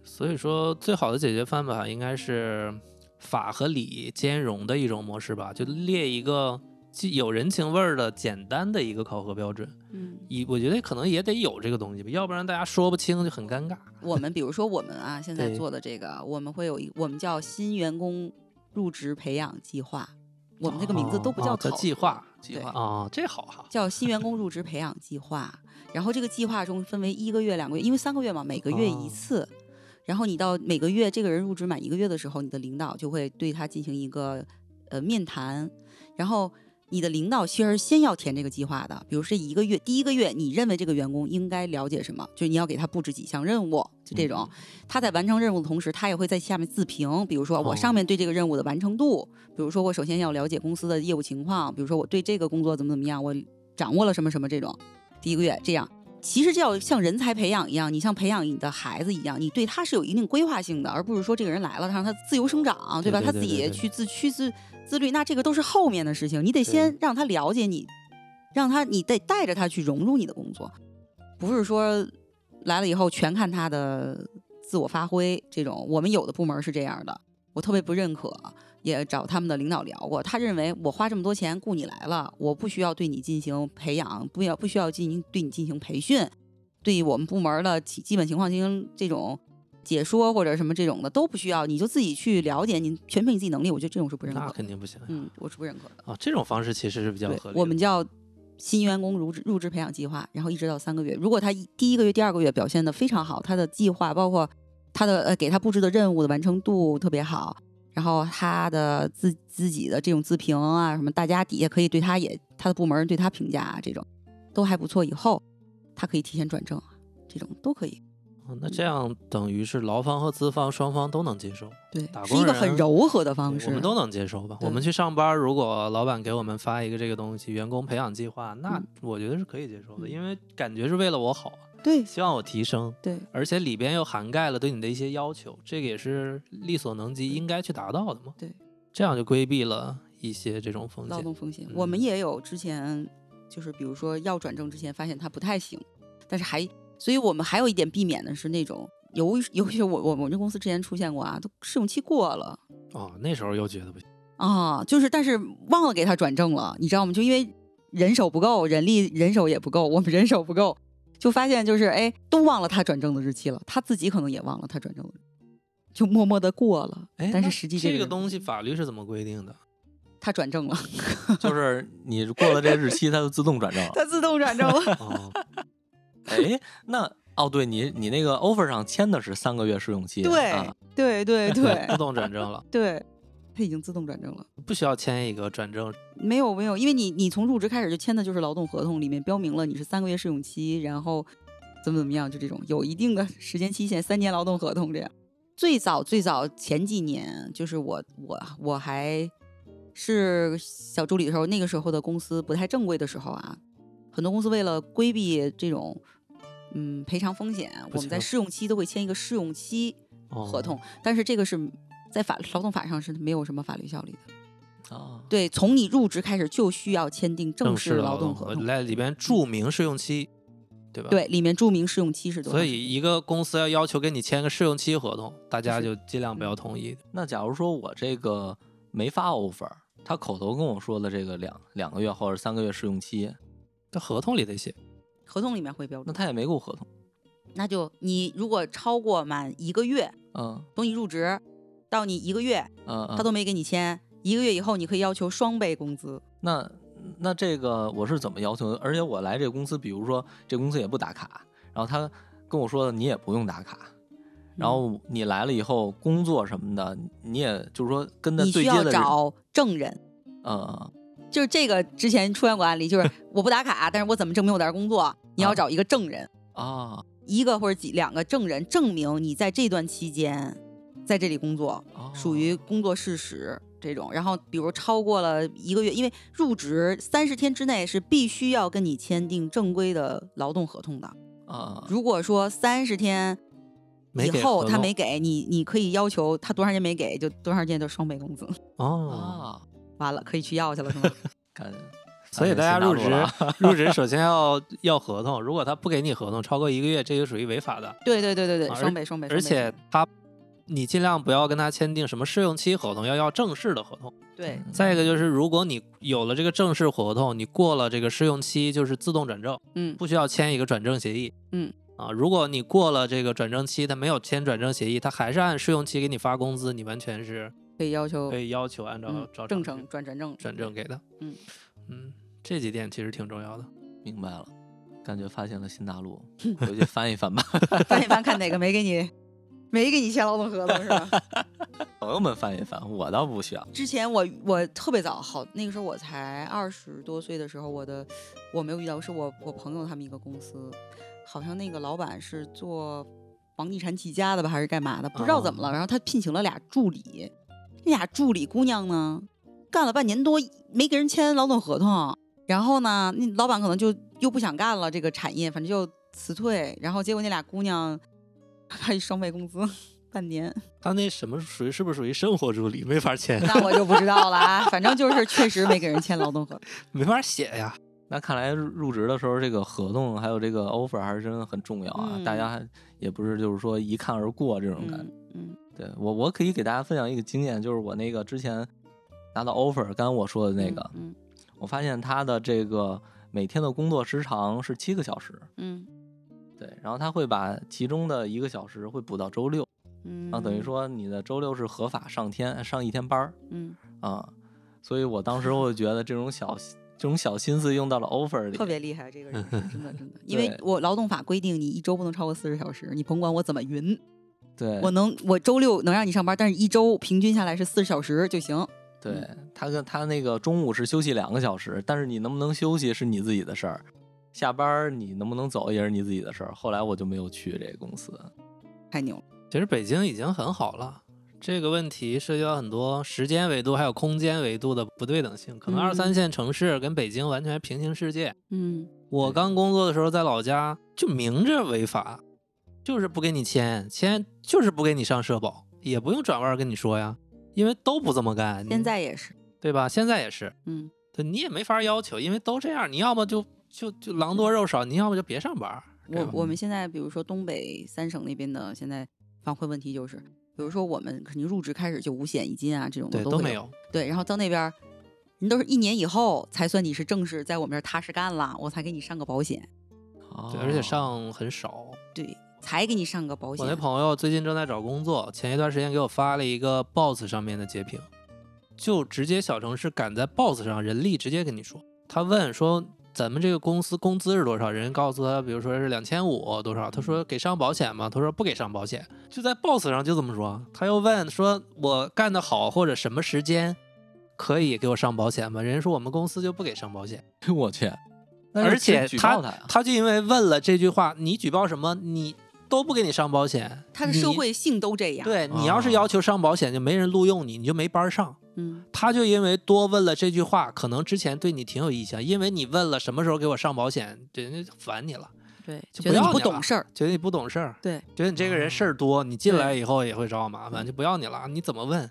所以说，最好的解决办法应该是法和理兼容的一种模式吧，就列一个既有人情味儿的简单的一个考核标准。
嗯，
一我觉得可能也得有这个东西吧，要不然大家说不清就很尴尬。
我们比如说我们啊，现在
对
做的这个，我们会有一我们叫新员工入职培养计划，我们这个名字都不叫
哦
考、
叫计划
计划
啊、哦，这好哈。
叫新员工入职培养计划。然后这个计划中分为一个月、两个月，因为三个月嘛，每个月一
哦
次。然后你到每个月这个人入职满一个月的时候，你的领导就会对他进行一个呃面谈，然后。你的领导其实先要填这个计划的，比如这一个月，第一个月你认为这个员工应该了解什么，就是你要给他布置几项任务，就
嗯
这种。他在完成任务的同时，他也会在下面自评，比如说我
哦
上面对这个任务的完成度，比如说我首先要了解公司的业务情况，比如说我对这个工作怎么怎么样，我掌握了什么什么这种。第一个月这样，其实就要像人才培养一样，你像培养你的孩子一样，你对他是有一定规划性的，而不是说这个人来了，他让他自由生长，
对
吧？
对
他
对
自己
对对
去自驱自自律，那这个都是后面的事情，你得先让他了解你，让他你得带着他去融入你的工作，不是说来了以后全看他的自我发挥这种。我们有的部门是这样的，我特别不认可，也找他们的领导聊过，他认为我花这么多钱雇你来了，我不需要对你进行培养，不要不需要进行对你进行培训，对我们部门的基基本情况进行这种解说或者什么这种的都不需要，你就自己去了解，你全凭你自己能力。我觉得这种是不认
那
可的，
肯定不行呀。
嗯，我是不认可的。
啊，这种方式其实是比较
对
合理，的。
我们叫新员工入职入职培养计划，然后一直到三个月。如果他一第一个月、第二个月表现的非常好，他的计划包括他的呃给他布置的任务的完成度特别好，然后他的自自己的这种自评啊什么，大家底下可以对他也他的部门对他评价啊这种都还不错，以后他可以提前转正啊，这种都可以。
哦那这样等于是劳方和资方双方都能接受，
对
打，
是
工
一个
人
很柔和的方式。
我们都能接受吧？
对
我们去上班，如果老板给我们发一个这个东西，员工培养计划，那
嗯
我觉得是可以接受的，
嗯
因为感觉是为了我好啊，
对
希望我提升，
对，
而且里边又涵盖了对你的一些要求，这个也是力所能及应该去达到的嘛。
对，
这样就规避了一些这种风
劳
险。
动风险。我们
嗯
也有之前就是比如说要转正之前发现他不太行，但是还，所以我们还有一点避免的是那种。由于由于我我我们这公司之前出现过啊，都试用期过了
哦，那时候又觉得不行，
啊，就是但是忘了给他转正了，你知道吗？就因为人手不够，人力人手也不够，我们人手不够，就发现就是哎，都忘了他转正的日期了，他自己可能也忘了他转正了，就默默的过了。
哎，
但
那
是实际
这
个
个
人
东西法律是怎么规定的？
他转正了，
就是你过了这日期，它就自动转正了。
他自动转正了。
哦，
哎，那哦，对你你那个 offer 上签的是三个月试用期，
对、
啊、
对对 对
自动转正了，
对，他已经自动转正了。
不需要签一个转正
没有没有，因为你你从入职开始就签的就是劳动合同，里面标明了你是三个月试用期，然后怎么怎么样，就这种有一定的时间期限，三年劳动合同这样。最早最早前几年，就是我我我还是小助理的时候，那个时候的公司不太正规的时候啊，很多公司为了规避这种嗯赔偿风险，
不
我们在
强
试用期都会签一个试用期
哦
合同，但是这个是在法劳动法上是没有什么法律效力的。
啊，
对，从你入职开始就需要签订正
正
式
式嗯
劳
动
动合同。
来里边注明试用期，对吧？。
对，里面注明试用期是多少
所
时间？
以，一个公司要要求跟你签个试用期合同，大家就尽量不
嗯
要同意。
那假如说我这个没发 offer，他口头跟我说的这个两两个月或者三个月试用期，
这合同里得写，
合同里面会标注
那，他也没给我合同。
那就你如果超过满一个月，
嗯
从你入职到你一个月，
嗯嗯，
他都没给你签，一个月以后你可以要求双倍工资。
嗯那那这个我是怎么要求的？而且我来这个公司，比如说这公司也不打卡，然后他跟我说的你也不用打卡，
嗯
然后你来了以后工作什么的，你也就是说跟他
你
对
需
接
要
的人，
找证人，
嗯
就是这个之前出现过案例，就是我不打卡，但是我怎么证明我在这儿工作？你要
啊
找一个证人，
啊
一个或者几两个证人证明你在这段期间在这里工作，
哦
属于工作事实这种。然后比如超过了一个月，因为入职三十天之内是必须要跟你签订正规的劳动合同的。
啊
如果说三十天
没
以
给
后
合
他
同
没给你，你可以要求他多长时间没给，就多长时间就双倍工资。
哦。
啊，
完了，可以去要去了，是吗？
感
哎
所以大家入职
啊
入职首先要要合同，如果他不给你合同超过一个月，这就属于违法的。
对对对对对，
啊而
双倍双倍。
而
双倍
且他，你尽量不要跟他签订什么试用期合同，要要正式的合同。
对
再一个就是，如果你有了这个正式合同，你过了这个试用期，就是自动转正，
嗯
不需要签一个转正协议。
嗯。
啊，如果你过了这个转正期，他没有签转正协议，他还是按试用期给你发工资，你完全是
可以要求
可以要求按照
哦嗯
照
正
常
成转转正
转正给的。
嗯
嗯，这几点其实挺重要的。
明白了，感觉发现了新大 陆，回去翻一翻吧，
翻一翻看哪个没给你没给你签劳动合同是吧？
朋友们翻一翻，我倒不需要。
之前我我特别早，好那个时候我才二十多岁的时候，我的我没有遇到，是我我朋友他们一个公司，好像那个老板是做房地产起家的吧，还是干嘛的，不知道怎么了。然后他聘请了俩助理，那俩助理姑娘呢，干了半年多没给人签劳动合同，然后呢，那老板可能就又不想干了这个产业，反正就辞退。然后结果那俩姑娘 还双倍工资， 半年。
他那什么属于是不是属于生活助理？没法签，
那我就不知道了啊，反正就是确实没给人签劳动合同。
没法写呀。
那看来入入职的时候，这个合同还有这个 offer 还是真的很重要啊！
嗯
大家还也不是就是说一看而过这种感觉。
嗯嗯
对我，我可以给大家分享一个经验，就是我那个之前拿到 offer，刚刚我说的那个，
嗯
我发现他的这个每天的工作时长是七个小时，
嗯
对，然后他会把其中的一个小时会补到周六，
嗯，
然后等于说你的周六是合法上天上一天班儿
嗯
啊、所以我当时我就觉得这种小这种小心思用到了 offer 里，
嗯特别厉害，这个 人是真的真的，因为
对
我劳动法规定你一周不能超过四十小时，你甭管我怎么匀，
对，
我能我周六能让你上班，但是一周平均下来是四十小时就行。
对他跟他那个中午是休息两个小时，但是你能不能休息是你自己的事儿，下班儿你能不能走也是你自己的事儿。后来我就没有去这个公司。
太牛了，
其实北京已经很好了，这个问题涉及到很多时间维度还有空间维度的不对等性，可能
嗯
二三线城市跟北京完全平行世界。
嗯，
我刚工作的时候在老家就明着违法，就是不给你签，签就是不给你上社保，也不用转弯跟你说呀，因为都不这么干。你
嗯
现在也是，
对吧？现在也是，
嗯，
对你也没法要求，因为都这样，你要么就就就狼多肉少，你要么就别上班儿。对
我
吧
我
嗯
们现在比如说东北三省那边的现在反馈问题就是，比如说我们肯定入职开始就五险一金啊这种的
对都
会
没
有。
有，
对，然后到那边儿，人都是一年以后才算你是正式在我们这儿踏实干了，我才给你上个保险，
哦
对，而且上很少。
对，才给你上个保
我那
险。
朋友最近正在找工作，前一段时间给我发了一个 Boss 上面的截屏，就直接小城市赶在 Boss 上，人力直接跟你说，他问说咱们这个公司工资是多少，人告诉他，比如说是两千五多少，他说给上保险吗？他说不给上保险，就在 Boss 上就这么说。他又问说我干得好或者什么时间可以给我上保险吗？人家说我们公司就不给上保险。
上，我去，那
而
是去
且
举
他
报他呀
他就因为问了这句话，你举报什么？你都不给你上保险，
他的社
你
会性都这样，，
对你要是要求上保险，就没人录用你，你就没班儿上。
嗯，
他就因为多问了这句话，可能之前对你挺有印象，因为你问了什么时候给我上保险，人家烦你了，
对，
就
觉
不
得
要
你不
你了
懂事儿，
觉得你不懂事儿，
对，
觉得你这个人事儿多，你进来以后也会找我麻烦，就不要你了。你怎么问？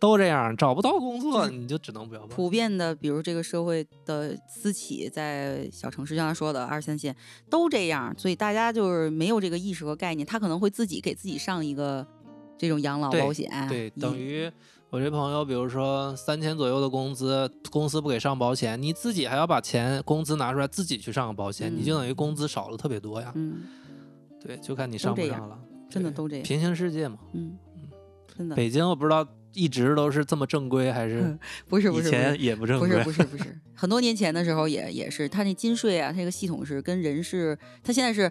都这样，找不到工作
就是
你就只能不要报。
普遍的，比如这个社会的私企在小城市，像他说的二三线都这样，所以大家就是没有这个意识和概念，他可能会自己给自己上一个这种养老
对
保险，
对，
一
等于我这朋友，比如说三千左右的工资，公司不给上保险，你自己还要把钱工资拿出来自己去上个保险，你就
嗯
等于工资少了特别多呀。
嗯，
对，就看你
都
上
这
不上
样
了。
真的
对
都这样
平行世界嘛，
嗯，真的
北京我不知道一直都是这么正规还是
嗯不 是不
以
是不是
前也不正
不
规。
是不是不是，很多年前的时候也也是，他那金税啊，他那个系统是跟人是，他现在是，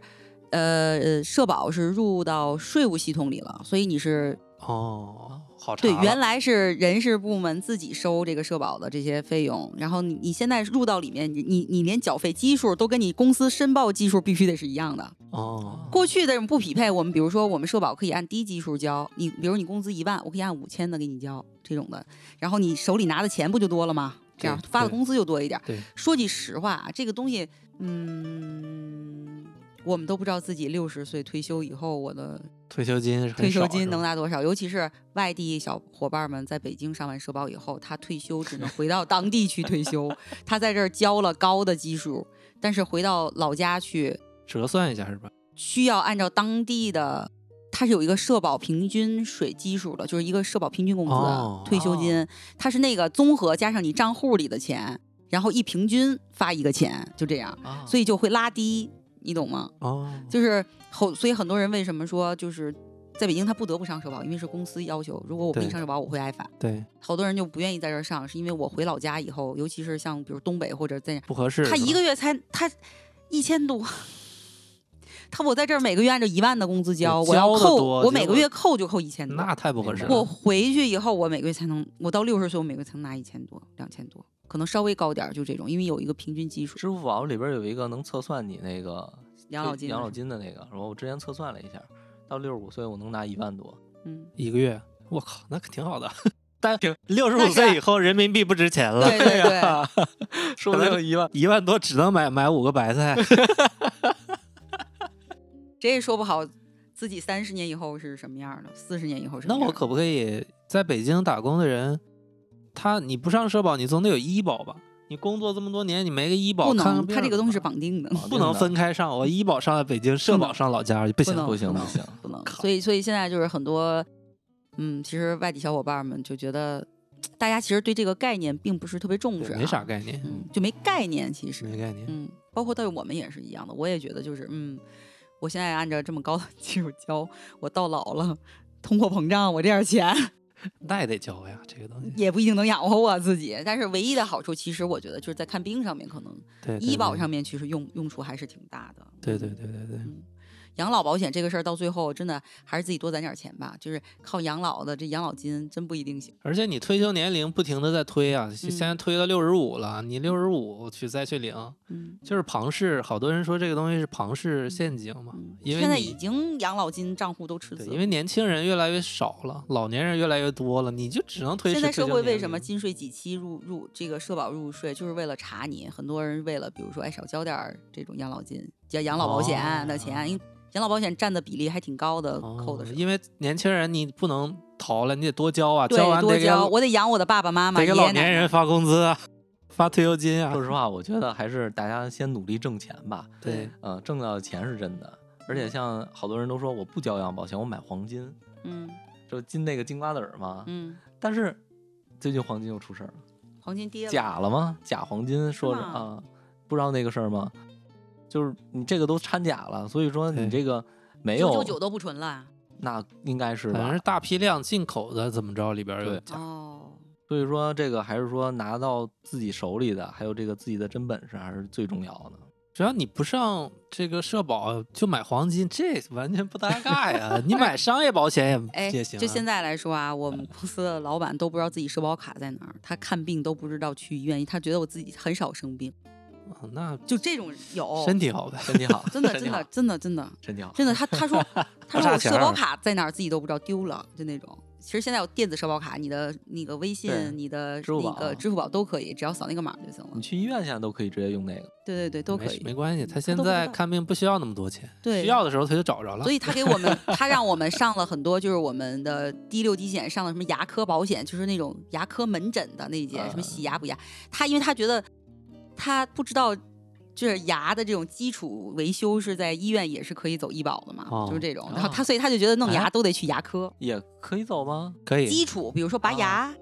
呃呃，社保是入到税务系统里了，所以你是
哦，好查
对
了
原来是人事部门自己收这个社保的这些费用，然后你你现在入到里面，你你你连缴费基数都跟你公司申报基数必须得是一样的。
哦，
过去的不匹配，我们比如说我们社保可以按低基数交，你比如你工资一万，我可以按五千的给你交这种的，然后你手里拿的钱不就多了吗？这样
对
发的
对
工资就多一点。
对，
说句实话啊，这个东西，嗯，我们都不知道自己六十岁退休以后我的
退休金很
退休
少
金
是
能
吧
拿多少，尤其是外地小伙伴们在北京上完社保以后，他退休只能回到当地去 退休，他在这儿交了高的基数，但是回到老家去
折算一下是吧？
需要按照当地的，它是有一个社保平均水基数的，就是一个社保平均工资、啊
哦
退休金，它是那个综合加上你账户里的钱，然后一平均发一个钱，就这样，
啊
所
以
以就会拉低，你懂吗？
哦，
就是后，所以很多人为什么说就是在北京他不得不上社保，因为是公司要求，如果我不给你
对
上社保，我会挨罚。
对
好多人就不愿意在这儿上，是因为我回老家以后，尤其是像比如东北或者在
不合适。
他
是
一
吧
个月才他一千多， 他我在这儿每个月按照一万的工资交，
我
我要
交得
扣，
多
我
结
每个
果
月扣就扣一千多。
那太不合适
我
了。
回去以后，我每个月才能，我到六十岁，我每个月才能拿一千多、两千多，可能稍微高点儿，就这种，因为有一个平均基数。
支付宝里边有一个能测算你那个
养老金，
养老，金的那个，然后我之前测算了一下，到六十五岁我能拿一万多。
嗯，
一个月，我靠，那可挺好的。但挺六十
那
五
是
岁以后，人民币不值钱了。
对对对
说不
可能
定一万，
一万多只能买买五个白 菜，
谁也说不好自己三十年以后是什么样的，四十年以后是什
那
么样
我
的。
可不可以在北京打工的人，他你不上社保，你总得有医保吧？你工作这么多年，你没个医保，
不
看看
能，
病啊
他这个
怎
东
么
西是
办
绑定的，
不能分开上，我医保上在北京，社保上老家不
不
行
能
不行
不
不
能
行，
不能。
靠
所以，所以现在就是很多，嗯，其实外地小伙伴们就觉得，大家其实对这个概念并不是特别重视、
对没啥，概念，
嗯，就没概念，其实，
没概念。
嗯，包括对我们也是一样的，我也觉得就是，嗯，我现在按照这么高的 基数交，我到老了。通货膨胀，我这点钱
那也得交呀，这个东西。
也不一定能养活我自己。但是唯一的好处，其实我觉得就是在看病上面，可能
对，对
医保上，面其实用用处还是挺大的。
对对对对对，
养老保险这个事儿到最后真的还是自己多攒点钱吧，就是靠养老的这养老金真不一定行。
而且你退休年龄不停的在推啊，
嗯
现在推到六十五了，你六十五去再去领，
嗯，
就是庞氏，好多人说这个东西是庞氏陷阱嘛，啊因为
嗯现在
你
已经养老金账户都赤字
对，
了，
因为年轻人越来越少了，老年人越来越多了，你就只能推迟
现在
退休
社会为
年
什么
龄
金税几期入入这个社保入税，就是为了查你。很多人为了比如说哎少交点儿这种养老金、交养老保险的钱，因为养老保险占的比例还挺高的，扣的
哦哦
是。
因为年轻人你不能逃了，你得多交啊，
对
交完，
多
得给
交，我得养我的爸爸妈妈、
得
爷
给
爷
老
奶
年
奶。
人发工资啊，发退休金啊
说，实话，我觉得还是大家先努力挣钱吧。
对，
嗯、挣到的钱是真的，而且像好多人都说我不交养老保险，我买黄金，
嗯
就金那个金瓜子儿嘛。
嗯，
但是最近黄金又出事儿了，
黄金跌了。
假了吗？假黄金说是
吗
啊，不知道那个事儿吗？就是你这个都掺假了，所以说你这个没
九
有，
九九都不纯了。
那应该是
反正
吧
是？大批量进口的，怎么着里边儿有
对
假
哦，
所以说这个还是说拿到自己手里的，还有这个自己的真本事还是最重要的。
只要你不上这个社保，就买黄金，这完全不搭嘎呀！你买商业保险
哎，
也也行、啊，
就现在来说啊，我们公司的老板都不知道自己社保卡在哪儿，
嗯
他看病都不知道去医院，他觉得我自己很少生病，
啊那
就这种有。
身体好呗。
身体好，
真的，
身体
真的，
好，
真的，真的，
身体 好。
真的，他他说他说
差
我
钱
社保
儿啊
卡在哪儿自己都不知道丢了，就那种，其实现在有电子社保卡，你的那个微信
对、
你的
支付
那
宝
个支付宝都可以，只要扫那个码就行了
你。去医院现在都可以直接用那个，
对对对，都
嗯没
可
事
以。嗯
没关系。他现
都不知
在
道
看病不需要那么多钱，
对
需要的时候他就找着了
所。以他给我们，他让我们上了很多，就是我们的第六级险上了什么牙科保险，就是那种牙科门诊的那一节，什么洗牙补牙。他因为他觉得他不知道，就是牙的这种基础维修是在医院也是可以走医保的嘛，
哦
就是这种。然后他
哦
所以他就觉得弄牙
哎
都得去牙科，
也可以走吗？
可以
基础比如说拔牙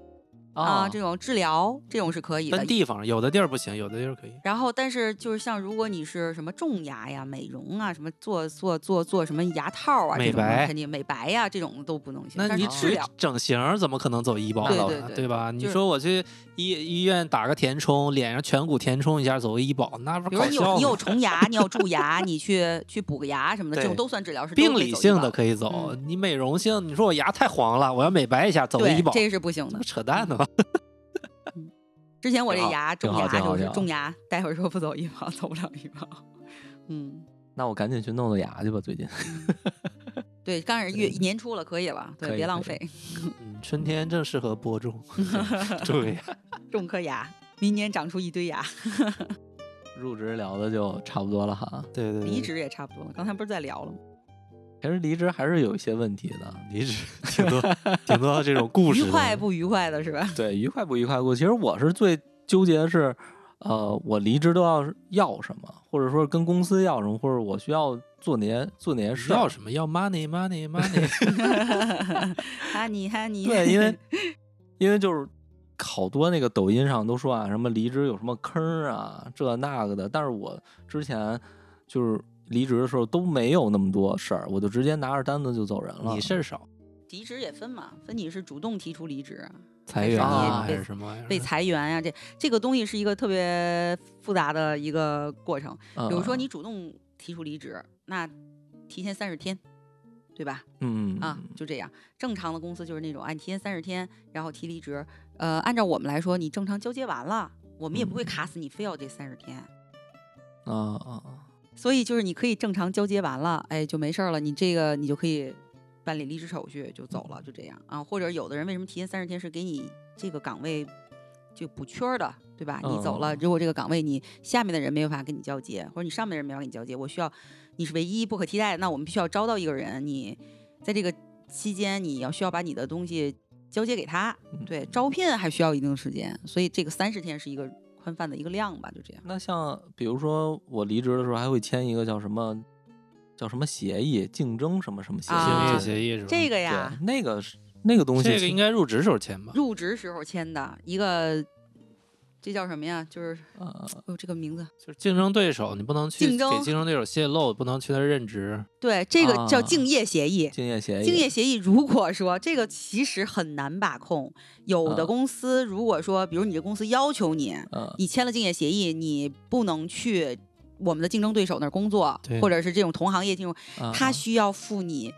啊、
哦
这种治疗这种是可以的
分。地方，有的地儿不行，有的地儿可以。
然后，但是就是像如果你是什么种牙呀、美容啊、什么做做做做什么牙套啊，这
美
种的
白
肯定美白呀、这种都不能行。
那
但
你
是治
只
疗
整形儿怎么可能走医保
对
啊
对对
对吧？你
就是
说我去医医院打个填充，脸上颧骨填充一下走个医保，那不
比
是搞
如说你有
笑
你有
吗？
虫牙，你有 蛀牙，你去去补个牙什么的，这
对
种都算治疗，是都
病
可以
理
走医
性
保嗯
的可以走，你美容性，你说我牙太黄了，我要美白一下，走个
对
医保，
这个是不行
这
的
不。扯淡呢吗？
之前我这
挺好
牙
挺
种
好
牙
挺好
就
挺
是
好
种牙，待会儿说不走医保，走不了医保。嗯，
那我赶紧去弄弄牙去吧，最近。
对，刚是月年初了，可以了，对，
可以
别浪
可以
费，
嗯，春天正适合播种， 对，
种颗牙，明年长出一堆牙。
入职聊的就差不多了哈。
对对对，
离职也差不多了，刚才不是在聊了吗？
其实离职还是有一些问题的，
离职挺多挺多这种故事
愉
的，
快不愉快的是吧？
对，愉快不愉快过。其实我是最纠结的是，呃，我离职都要要什么，或者说跟公司要什么，或者我需要做哪些做哪些事儿。
要什么？要 money money money，
哈尼哈尼，
对，因为因为就是好多那个抖音上都说啊，什么离职有什么坑儿啊，这那个的。但是我之前就是离职的时候都没有那么多事儿，我就直接拿着单子就走人了。
你事儿少，
离职也分嘛，分你是主动提出离职啊、
裁员啊
还是
还
被
是什么玩意儿？
嗯
被裁员呀、这这个东西是一个特别复杂的一个过程。
嗯，
比如说你主动提出离职，那提前三十天，对吧？
嗯
啊，就这样。正常的公司就是那种，哎，你提前三十天，然后提离职。呃，按照我们来说，你正常交接完了，我们也
嗯
不会卡死你，非要这三十天。
啊啊
所以就是你可以正常交接完了，哎，就没事儿了，你这个你就可以办理离职手续就走了，就这样啊。或者有的人为什么提前三十天是给你这个岗位就补缺儿的，对吧？你走了，
嗯
如果这个岗位你下面的人没有办法跟你交接，或者你上面的人没有办法跟你交接，我需要你是唯一不可替代的，那我们必须要招到一个人，你在这个期间你要需要把你的东西交接给他，
嗯
对，招聘还需要一定的时间，所以这个三十天是一个宽泛的一个量吧，就这样。
那像比如说我离职的时候还会签一个叫什么叫什么协议，竞争什么什么协议，
啊
行业
对
协议是吧？
这个
嗯对
呀，
那个是那个东西
这
其
个应该入职时候签吧？
入职时候签的一个，这叫什么呀？就是
呃
哦，这个名字，
就是竞争对手，你不能去
竞争
给竞争对手泄露，不能去那儿任职。
对，这个叫
啊哎
竞业协议。
竞业协议，
竞业协议，如果说这个其实很难把控，有的
啊
公司如果说，比如你这公司要求你，
呃
你签了竞业协议，你不能去我们的竞争对手那儿工作
对，
或者是这种同行业进入，
啊
他需要付你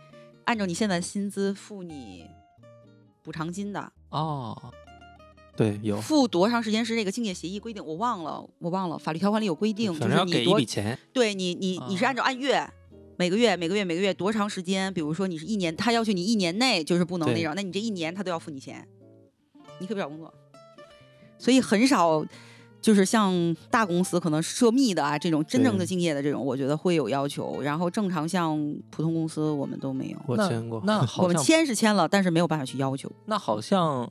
按照你现在的薪资付你补偿金的，
哦
对，有，
付多长时间是这个竞业协议规定，我忘了，我忘了，法律条款里有规定，
反
就
正
是
要
你
给一
多
笔钱，
对你，你你是
啊
哦
按照按月，每个月每个月每个月多长时间？比如说你是一年，他要求你一年内就是不能那
对
种，那你这一年他都要付你钱，你可以不找工作。所以很少，就是像大公司可能涉密的啊这种真正的
对
敬业的这种，我觉得会有要求。然后正常像普通公司我们都没有，
我
那
签过。
那
我
好
们
像
签是签了，但是没有办法去要求。
那好像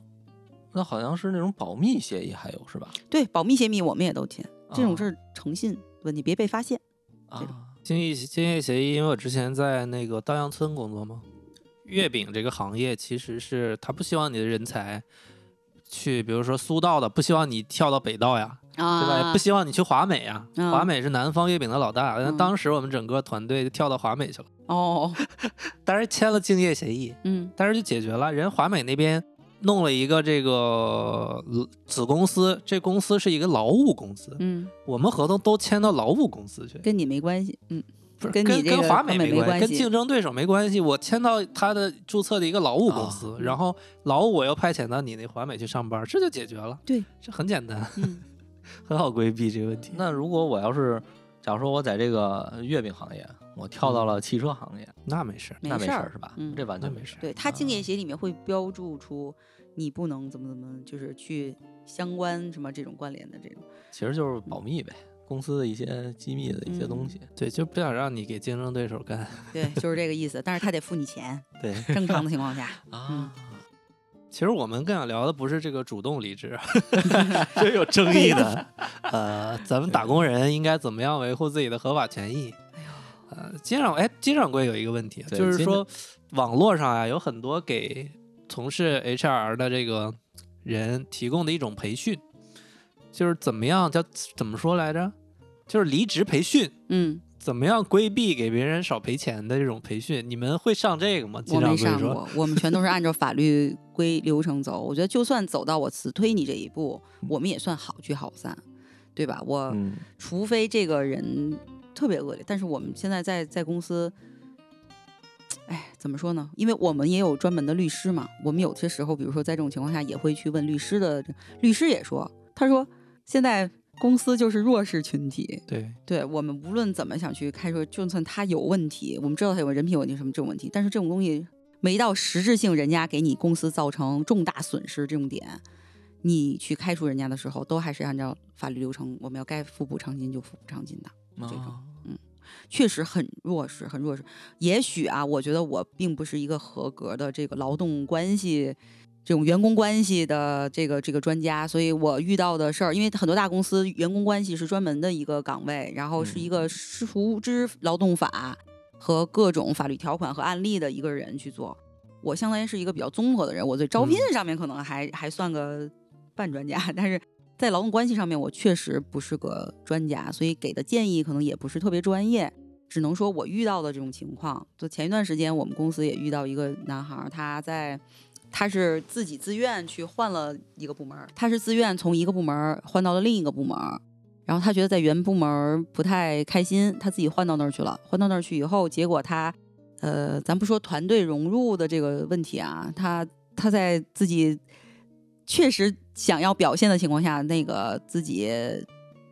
那好像是那种保密协议，还有是吧？
对，保密泄密我们也都签，这种
啊
哦
事儿诚信问题，别被发现。这种
啊，
竞业竞业协议，因为我之前在那个稻香村工作嘛，月饼这个行业其实是他不希望你的人才去，比如说苏道的，不希望你跳到北道呀，对吧？也
啊
不，希望你去华美呀，
嗯
华美是南方月饼的老大，那
嗯
当时我们整个团队就跳到华美去了，
哦，
当然签了竞业协议，
嗯
但是就解决了。人华美那边弄了一个这个呃子公司，这公司是一个劳务公司，
嗯，
我们合同都签到劳务公司去，
跟你没关系，嗯。
不是
跟
跟
你这个
跟华美
根本没
关
关
跟
系
竞争对手没关系。我签到他的注册的一个劳务公司，然后劳务我又派遣到你那华美去上班，这就解决了。
对，
这很简单，
嗯，
很好规避这个问题。
那如果我要是假如说我在这个月饼行业，我跳到了汽车行业，
那没事儿，
那没
嗯事
事儿嗯
儿
是吧？
嗯
这完
那
全
没
没
事
事啊
儿。
对它竞业协里面会标注出你不能怎么怎么，就是去相关什么这种关联的这种。
其实就是保密呗，公司的一些机密的一些
嗯
东西。
对，就不想让你给竞争对手干。
对，就是这个意思。但是他得付你钱，
对
正常的情况 下，嗯
啊，
其实我们更想聊的不是这个主动离 职，这有争议的。呃，咱们打工人应该怎么样维护自己的合法权益？
哎
呃，金掌哎，金掌柜有一个问题，啊
对
就是
金
说网络上啊有很多给从事 HR 的这个人提供的一种培训，就是怎么样叫怎么说来着？就是离职培训，
嗯，
怎么样规避给别人少赔钱的这种培训？你们会上这个吗？
我
金
啊
掌
没
柜
上
说，
过，我们全都是按照法律规流程走。我觉得就算走到我辞退你这一步，我们也算好聚好散，对吧？我、
嗯，
除非这个人特别恶劣，但是我们现在在在公司，哎，怎么说呢？因为我们也有专门的律师嘛，我们有些时候，比如说在这种情况下，也会去问律师的。律师也说，他说现在公司就是弱势群体，
对，
对我们无论怎么想去开说，就算他有问题，我们知道他有人品有问题什么这种问题，但是这种东西没到实质性人家给你公司造成重大损失这种点，你去开除人家的时候，都还是按照法律流程，我们要该付补偿金就付补偿金的，
啊
这种确实很弱势，很弱势。也许啊，我觉得我并不是一个合格的这个劳动关系。这种员工关系的这个这个专家，所以我遇到的事儿，因为很多大公司员工关系是专门的一个岗位，然后是一个师徒之劳动法和各种法律条款和案例的一个人去做。我相当于是一个比较综合的人，我在招聘上面可能还、还算个半专家，但是在劳动关系上面我确实不是个专家，所以给的建议可能也不是特别专业，只能说我遇到的这种情况。就前一段时间我们公司也遇到一个男孩儿，他在。他是自己自愿去换了一个部门儿，他是自愿从一个部门儿换到了另一个部门儿，然后他觉得在原部门儿不太开心，他自己换到那儿去了。换到那儿去以后，结果他，呃，咱不说团队融入的这个问题啊，他他在自己确实想要表现的情况下，那个自己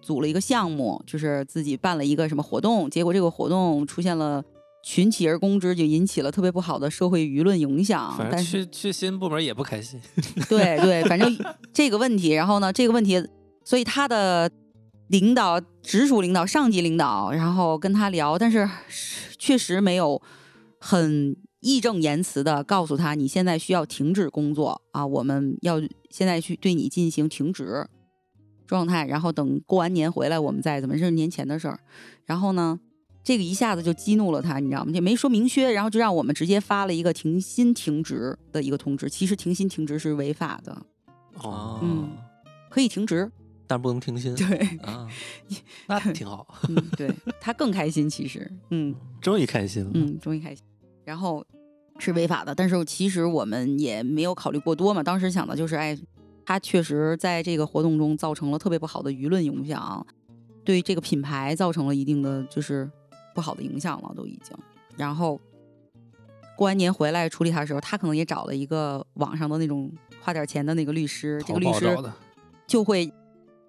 组了一个项目，就是自己办了一个什么活动，结果这个活动出现了。群起而攻之，就引起了特别不好的社会舆论影响。
反
啊但
正
是。
去去新部门也不开心。
对对，反正这个问题，然后呢，这个问题，所以他的领导、直属领导、上级领导，然后跟他聊，但是确实没有很义正言辞的告诉他，你现在需要停止工作啊，我们要现在去对你进行停职状态，然后等过完年回来我们再怎么，这是年前的事儿。然后呢，这个一下子就激怒了他，你知道吗？这没说明确，然后就让我们直接发了一个停薪停职的一个通知。其实停薪停职是违法的，
哦，
嗯可以停职。
但不能停薪
对，
啊，
那挺好，
嗯，对他更开心，其实，嗯
终于开心了。
嗯，终于开心。然后是违法的，但是其实我们也没有考虑过多嘛，当时想的就是，哎，他确实在这个活动中造成了特别不好的舆论影响，对这个品牌造成了一定的就是不好的影响了，都已经。然后过完年回来处理他的时候，他可能也找了一个网上的那种花点钱的那个律师，
淘
这个律
宝
师
找的，
就会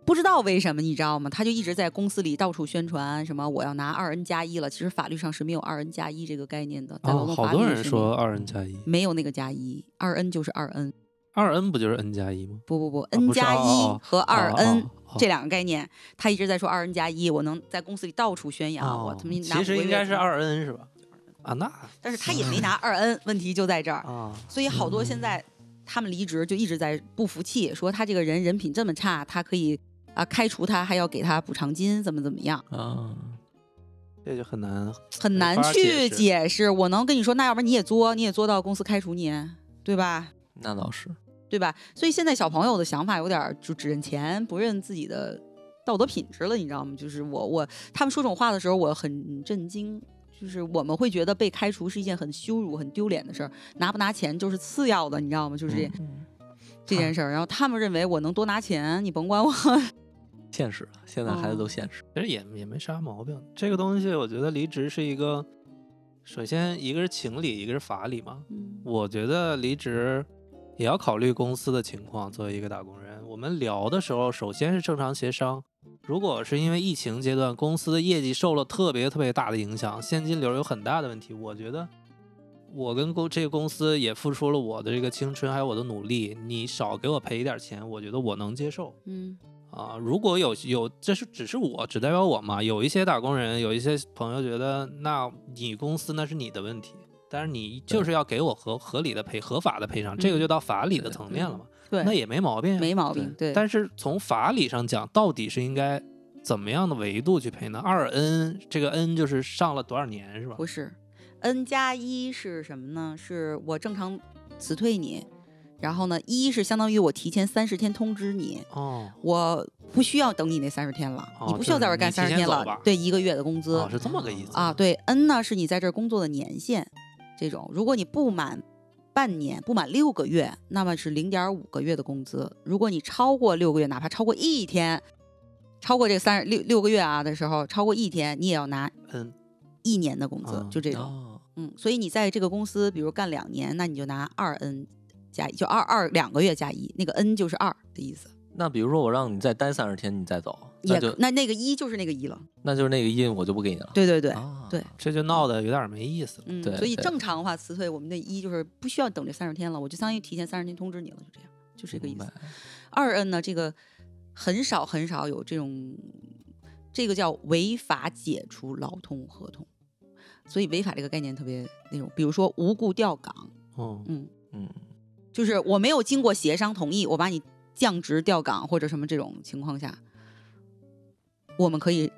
不知道为什么，你知道吗？他就一直在公司里到处宣传什么我要拿二 n 加一了，其实法律上是没有二 n 加一这个概念的，在劳
哦，
动
好
法里
多
面
人
是没有嗯
说二 n 加一，
没有那个加一，二 n 就是二 n，
二 n 不就是 n 加一吗？
不不不
啊
，n
不是
加一
哦
和二
哦
n
哦哦
这两个概念，他一直在说二 n 加一，我能在公司里到处宣扬，我
哦
他妈拿
其实
五个
应
月
该是
工资，
二 n 是吧？啊，那
但是他也没拿二 n，问题就在这儿，
啊，
所以好多现在他们离职就一直在不服气，说他这个人人品这么差，他可以啊、开除他，还要给他补偿金，怎么怎么样。
啊，
这就很难。
很
没
难
法
去
解释
解释。我能跟你说，那要不然你也作，你也作到公司开除你，对吧？
那倒是，
对吧？所以现在小朋友的想法有点儿就只认钱不认自己的道德品质了，你知道吗？就是我我他们说这种话的时候，我很震惊。就是我们会觉得被开除是一件很羞辱、很丢脸的事儿，拿不拿钱就是次要的，你知道吗？就是这、
嗯
这件事儿。然后他们认为我能多拿钱，你甭管我。
现实，现在孩子都现
哦
实，
其实也也没啥毛病。这个东西，我觉得离职是一个，首先一个是情理，一个是法理嘛。我觉得离职也要考虑公司的情况。作为一个打工人，我们聊的时候，首先是正常协商。如果是因为疫情阶段公司的业绩受了特别特别大的影响，现金流有很大的问题，我觉得我跟公这个公司也付出了我的这个青春还有我的努力，你少给我赔一点钱，我觉得我能接受
嗯
啊。如果有有，这是只是我只代表我嘛，有一些打工人，有一些朋友觉得，那你公司那是你的问题。但是你就是要给我合合理的赔、合法的赔偿，
嗯
这个就到法理的层面了嘛，
对，
那也没毛病呀。啊
没毛病，对，
但是从法理上讲，到底是应该怎么样的维度去赔呢？二 n 这个 n 就是上了多少年是吧？
不是，n 加一是什么呢？是我正常辞退你，然后呢，一是相当于我提前三十天通知你，
哦，
我不需要等你那三十天了，
哦
你不
就
需要在
是
这儿干
你提
三十
前
天
走
了
吧，
对，一个月的工资
哦，是这么个意思
啊，对，n 呢是你在这儿工作的年限，这种如果你不满半年，不满六个月，那么是零点五个月的工资；如果你超过六个月，哪怕超过一天，超过这三十六六个月啊的时候，超过一天，你也要拿
n
一年的工资，
嗯
就这种。
哦，
嗯，所以你在这个公司，比如干两年，那你就拿二 n 加一，就二二两个月加一，那个 n 就是二的意思，
那比如说我让你再待三十天，你再走，
也
那就哦
那那个一就是那个一了。
那就是那个印我就不给你了。
对对对，
啊
对
这就闹得有点没意思了。
嗯，
对
所以
对
正常的话辞退，我们的一就是不需要等这三十天了，我就相当于提前三十天通知你了，就这样，就这个意
明
思
白。
二 n 呢，这个很少很少有这种，这个叫违法解除劳动合同，所以违法这个概念特别那种，比如说无故调岗，
哦，
嗯，
嗯，
就是我没有经过协商同意，我把你降职调岗或者什么这种情况下，我们可以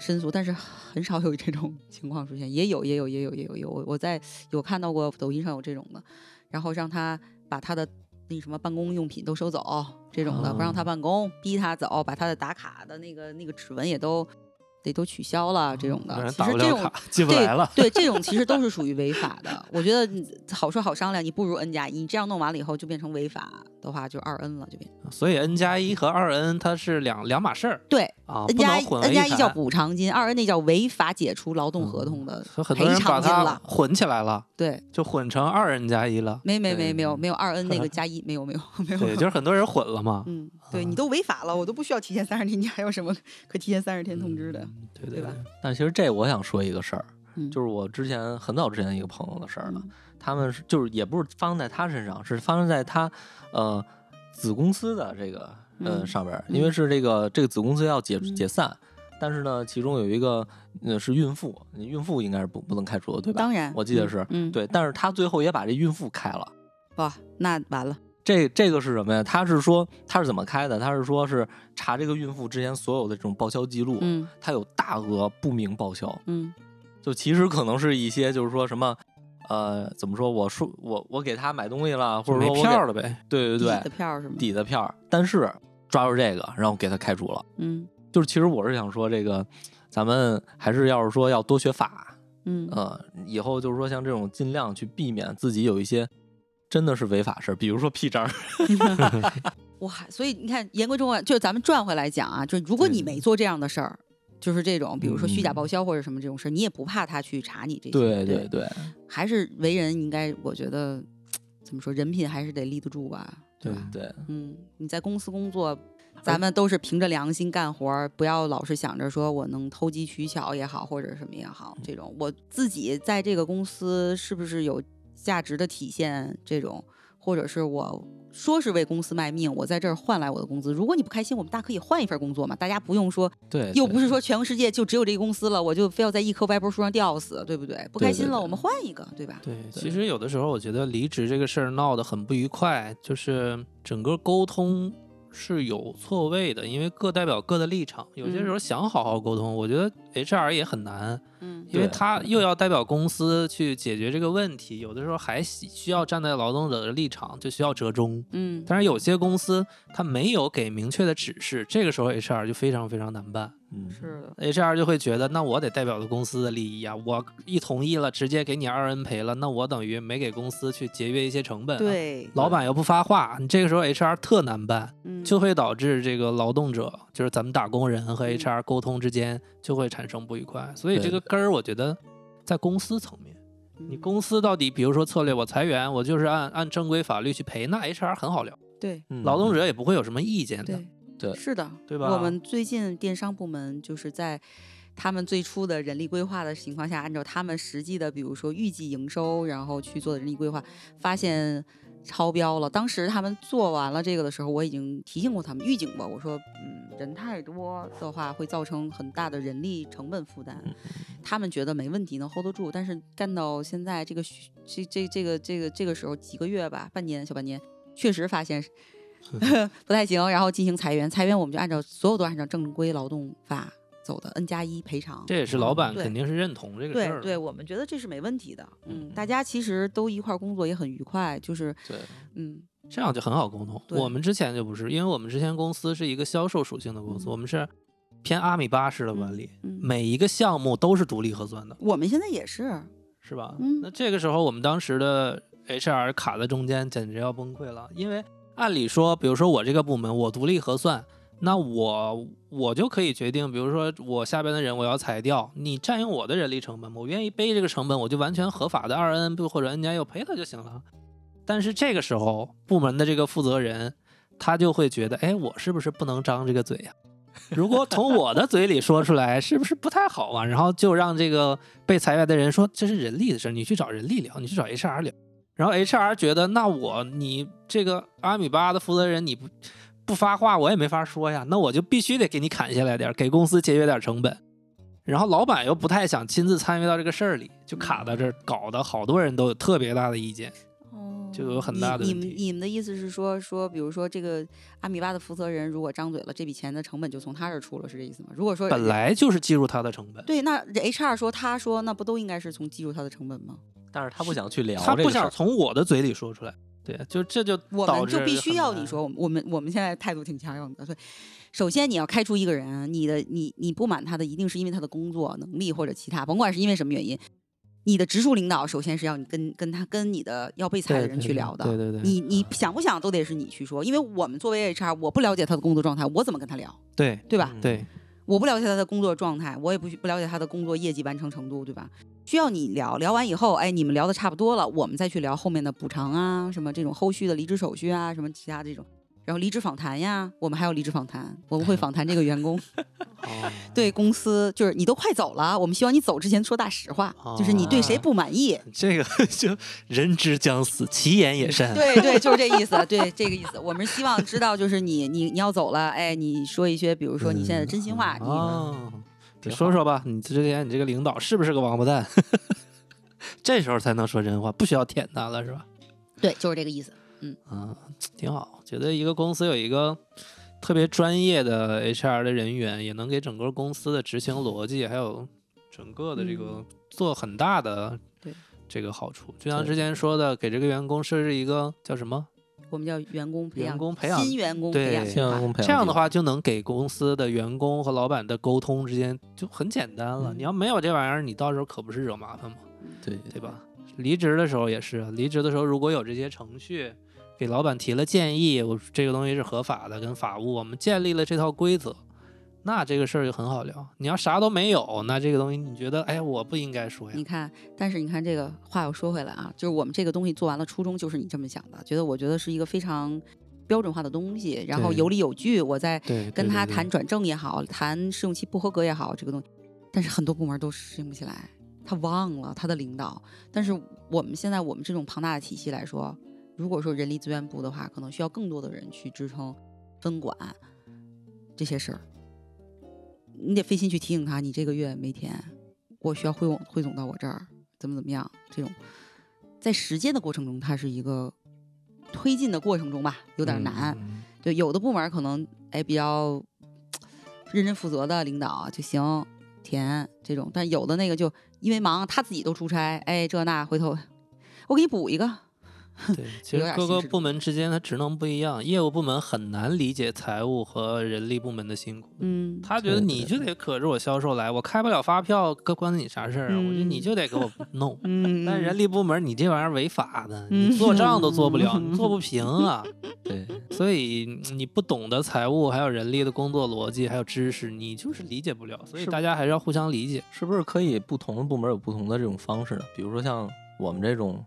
申诉，但是很少有这种情况出现，也有也有也有也有有，我我在有看到过抖音上有这种的，然后让他把他的那什么办公用品都收走这种的，
哦
不让他办公，逼他走，把他的打卡的那个那个指纹也都得都取消了啊这种
哦让
的，
人
其
打
实
不
这
了
种
卡，进不
对
来了。
对，这种其实都是属于违法的。我觉得你好说好商量，你不如 N 加一，你这样弄完了以后就变成违法的话，就二 N 了，就变
所以 n 加一和二 n 它是两两码事儿
对。
啊，
N
不
加
能
一
混
N
为
加
一
一叫
谈。嗯
补偿金，二 N 那叫违法解除劳动合同的
所以很
赔
多人把
偿金
它
了。
混起来了，
对，
就混成二 n 加一了。
没没没
对
没有没有二 N 那个加一没有没有没有。
对，就是很多人混了嘛。
嗯，对你都违法了，我都不需要提前三十天，你还有什么可提前三十天通知的？
嗯，对
对吧
对。
但其实这我想说一个事儿，
嗯
就是我之前很早之前一个朋友的事儿了。
嗯
他们是就是也不是发生在他身上，是发生在他呃子公司的这个呃
嗯
上边儿，
嗯
因为是这个这个子公司要解
嗯
解散，但是呢，其中有一个呃是孕妇，孕妇应该是不不能开除的，对吧？
当然，
我记得
嗯
是、
嗯，
对，但是他最后也把这孕妇开了。
哇，那完了，
这这个是什么呀？他是说他是怎么开的？他是说是查这个孕妇之前所有的这种报销记录，
嗯
他有大额不明报销，
嗯
就其实可能是一些就是说什么，呃，怎么说？我说我我给他买东西了，或者
没
说我给
票了呗，
对对
抵的
对，
票是吗？
抵的票儿。但是抓住这个，然后给他开除了。
嗯
就是其实我是想说，这个咱们还是要是说要多学法，
嗯
呃，以后就是说像这种尽量去避免自己有一些真的是违法事儿，比如说屁 章，
哇，所以你看，言归正传，就是咱们转回来讲啊，就是如果
对
你没做这样的事儿，就是这种，比如说虚假
嗯
报销或者什么这种事儿，你也不怕他去查你这些。
对
对
对，对
还是为人应该，我觉得怎么说，人品还是得立得住吧，对吧？
对，
嗯，你在公司工作，咱们都是凭着良心干活儿，不要老是想着说我能偷机取巧也好，或者什么也好，这种我自己在这个公司是不是有价值的体现，这种或者是我。说是为公司卖命，我在这儿换来我的工资。如果你不开心，我们大可以换一份工作嘛。大家不用说，
对，
又
对
不是说全世界就只有这个公司了，我就非要在一棵歪脖树上吊死，对不对？不开
对
心
对
了，
对
我们换一个，对吧？
对，
对
其实有的时候我觉得离职这个事儿闹得很不愉快，就是整个沟通是有错位的，因为各代表各的立场，有些时候想好好沟通，我觉得 HR 也很难，
嗯
因为
对
他又要代表公司去解决这个问题，有的时候还喜需要站在劳动者的立场，就需要折中。
嗯，
当然，有些公司他没有给明确的指示，这个时候 HR 就非常非常难办。
嗯
是的，
HR 就会觉得，那我得代表公司的利益啊，我一同意了，直接给你二 n 赔了，那我等于没给公司去节约一些成本、，啊
对，
老板又不发话，你这个时候 HR 特难办，
嗯
就会导致这个劳动者，就是咱们打工人和
嗯
HR 沟通之间就会产生不愉快。所以
对
这个根儿，我觉得在公司层面，你
嗯
公司到底，比如说策略，我裁员，我就是按按正规法律去赔，那 HR 很好聊，
对
嗯
劳动者也不会有什么意见的
对。
对
是的，
对吧
我们最近电商部门就是在他们最初的人力规划的情况下，按照他们实际的，比如说预计营收，然后去做的人力规划，发现超标了。当时他们做完了这个的时候，我已经提醒过他们，预警过，我说，嗯，人太多的话会造成很大的人力成本负担。他们觉得没问题，能 hold 得住，但是干到现在这个虚这这这个这个这个时候几个月吧，半年小半年，确实发现是不太行，然后进行裁员，裁员我们就按照所有都按照正规劳动法走的 N 加一赔偿，
这也是老板
对
肯定是认同这个事
对
儿的。
对，我们觉得这是没问题的，嗯，大家其实都一块儿工作也很愉快，就是
对
嗯
这样就很好沟通。
对
我们之前就不是，因为我们之前公司是一个销售属性的公司，
嗯
我们是偏阿米巴式的管理，
嗯，
每一个项目都是独立核算的，
我们现在也是，
是吧？
嗯
那这个时候我们当时的 HR 卡在中间，简直要崩溃了，因为按理说，比如说我这个部门我独立核算。那我我就可以决定，比如说我下边的人我要裁掉，你占用我的人力成本，我愿意背这个成本，我就完全合法的二 n 不或者 n 加 u 赔他就行了。但是这个时候，部门的这个负责人他就会觉得，哎，我是不是不能张这个嘴呀、 如果从我的嘴里说出来，是不是不太好啊？然后就让这个被裁员的人说这是人力的事儿，你去找人力聊，你去找 HR 聊。然后 HR 觉得，那我你这个阿米巴的负责人你不不发话，我也没法说呀，那我就必须得给你砍下来点儿，给公司节约点儿成本。然后老板又不太想亲自参与到这个事儿里，就卡到这儿，搞得好多人都有特别大的意见。
哦
就有很大的
你
问
你们
题
你们的意思是说说，比如说这个阿米巴的负责人如果张嘴了，这笔钱的成本就从他这儿出了，是这意思吗？如果说
本来就是计入他的成本，
对，那这 HR 说他说那不都应该是从记住他的成本吗？
但是他不想去聊
他
这个
不
事
想
儿，
从我的嘴里说出来。对，就这就
我
导
们
致
就必须
很
要
难
你说，我们我们我们现在态度挺强硬的。所以，首先你要开除一个人，你的你你不满他的，一定是因为他的工作能力或者其他，甭管是因为什么原因，你的直属领导首先是要你跟跟他跟你的要被裁
对
的人
对
去聊的。
对对嗯对，
你你想不想都得是你去说，因为我们作为 HR，我不了解他的工作状态，我怎么跟他聊，
对
对吧？
嗯
对
我不了解他的工作状态，我也不不了解他的工作业绩完成程度，对吧？需要你聊聊完以后，哎，你们聊的差不多了，我们再去聊后面的补偿啊，什么这种后续的离职手续啊，什么其他这种，然后离职访谈呀，我们还有离职访谈，我们会访谈这个员工
哦
对公司，就是你都快走了，我们希望你走之前说大实话，就是你对谁不满意。
这个 就人之将死，其言也善。啊
对对，就是这意思，对这个意思。我们希望知道，就是你你你要走了，哎，你说一些，比如说你现在的真心话，你
哦，你
挺
说说吧，你之前你这个领导是不是个王八蛋？ 这时候才能说真话，不需要舔他了，是吧？
对，就是这个意思。
嗯，挺好。觉得一个公司有一个特别专业的 HR 的人员，也能给整个公司的执行逻辑，还有整个的这个
嗯
做很大的
对
这个好处。就像
对
之前说的，给这个员工设置一个叫什么？
我们叫员工培养，
员工培养
新员工培养
对
计划
员工培养
这样
计
的
划
话，就能给公司的员工和老板的沟通之间就很简单了。
嗯
你要没有这玩意儿，你到时候可不是惹麻烦吗？
对
对吧？
嗯
离职的时候也是，离职的时候如果有这些程序，给老板提了建议，我这个东西是合法的，跟法务我们建立了这套规则，那这个事儿就很好聊。你要啥都没有，那这个东西你觉得，哎，我不应该说呀
你？看，但是你看这个话又说回来啊，就是我们这个东西做完了，初衷就是你这么想的，觉得我觉得是一个非常标准化的东西，然后
对
有理有据。我在
对，
跟
对
他
对
谈转正也好，谈试用期不合格也好，这个东西，但是很多部门都适应不起来，他忘了他的领导。但是我们现在我们这种庞大的体系来说，如果说人力资源部的话，可能需要更多的人去支撑分管这些事儿，你得费心去提醒他，你这个月没填，我需要汇总汇总到我这儿，怎么怎么样，这种在实践的过程中，它是一个推进的过程中吧，有点
嗯
难。
嗯嗯
对，有的部门儿可能哎比较认真负责的领导就行填这种，但有的那个就因为忙，他自己都出差，哎这那回头我给你补一个，
对，其实
有点
各
形
个
式主
部门之间它职能不一样，业务部门很难理解财务和人力部门的辛苦。
嗯，
他觉得
对
你
对
就得可着我销售来，我开不了发票，关关你啥事儿啊？我觉得你
嗯
就得给我 弄。
嗯，
但人力部门，你这玩意儿违法的，
嗯
你做账都做不了，你做不平
嗯
啊。
对
所以嗯你不懂得财务还有人力的工作逻辑还有知识，你就是理解不了。所以
是
大家还是要互相理解。
是不是可以不同的部门有不同的这种方式呢？比如说像我们这种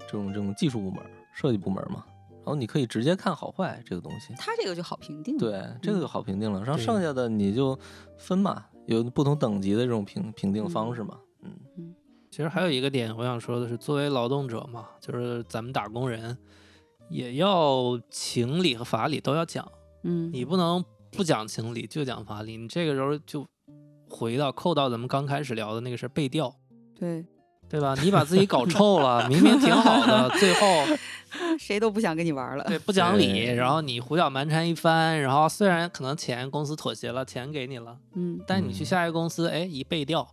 这种这种技术部门、设计部门嘛，然后你可以直接看好坏这个东西。
他这个就好评定。，
对，这个就好评定了。然后
嗯对
剩下的你就分嘛，有不同等级的这种评评定方式嘛。嗯，
其实还有一个点，我想说的是，作为劳动者嘛，就是咱们打工人，也要情理和法理都要讲，
嗯，
你不能不讲情理就讲法理，你这个时候就回到扣到咱们刚开始聊的那个事儿背调，
对，
对吧？你把自己搞臭 了，明明挺好的，最后
谁都不想跟你玩了。
对不讲理，
对
然后你胡搅蛮缠一番，然后虽然可能钱公司妥协了，钱给你了，
嗯，
但你去
嗯
下一个公司，哎，一背调，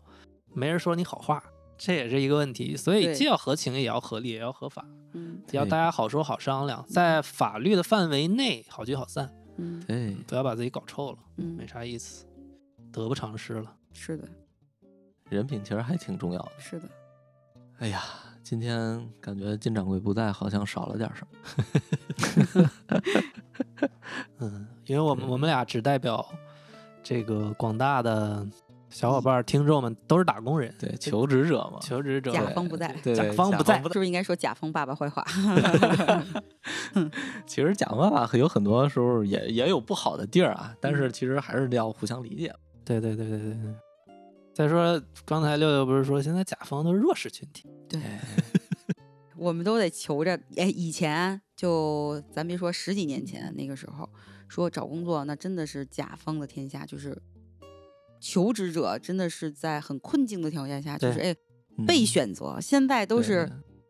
没人说你好话，这也是一个问题。所以
对
既要合情，也要合理，也要合法，
嗯
要
对
大家好说好商量，在法律的范围内好聚好散，
嗯
对，
不要把自己搞臭了，没
嗯，
啥意思，得不偿失了。
是的，
人品其实还挺重要的。
是的，
哎呀，今天感觉金掌柜不在，好像少了点什么。
嗯，因为我们我们俩只代表这个广大的小伙伴儿、听众们，都是打工人、
对，求职者嘛，
求职者，
甲方不在
对，
甲方不在
是不是应该说甲方爸爸坏话？
其实讲爸爸有很多时候也也有不好的地儿啊，但
嗯
是其实还是要互相理解。
对对对对对对。再说，刚才六六不是说现在甲方都是弱势群体？
对，
哎
我们都得求着。哎，以前就咱别说十几年前那个时候，说找工作那真的是甲方的天下，就是求职者真的是在很困境的条件下，就是哎
嗯
被选择。现在都是，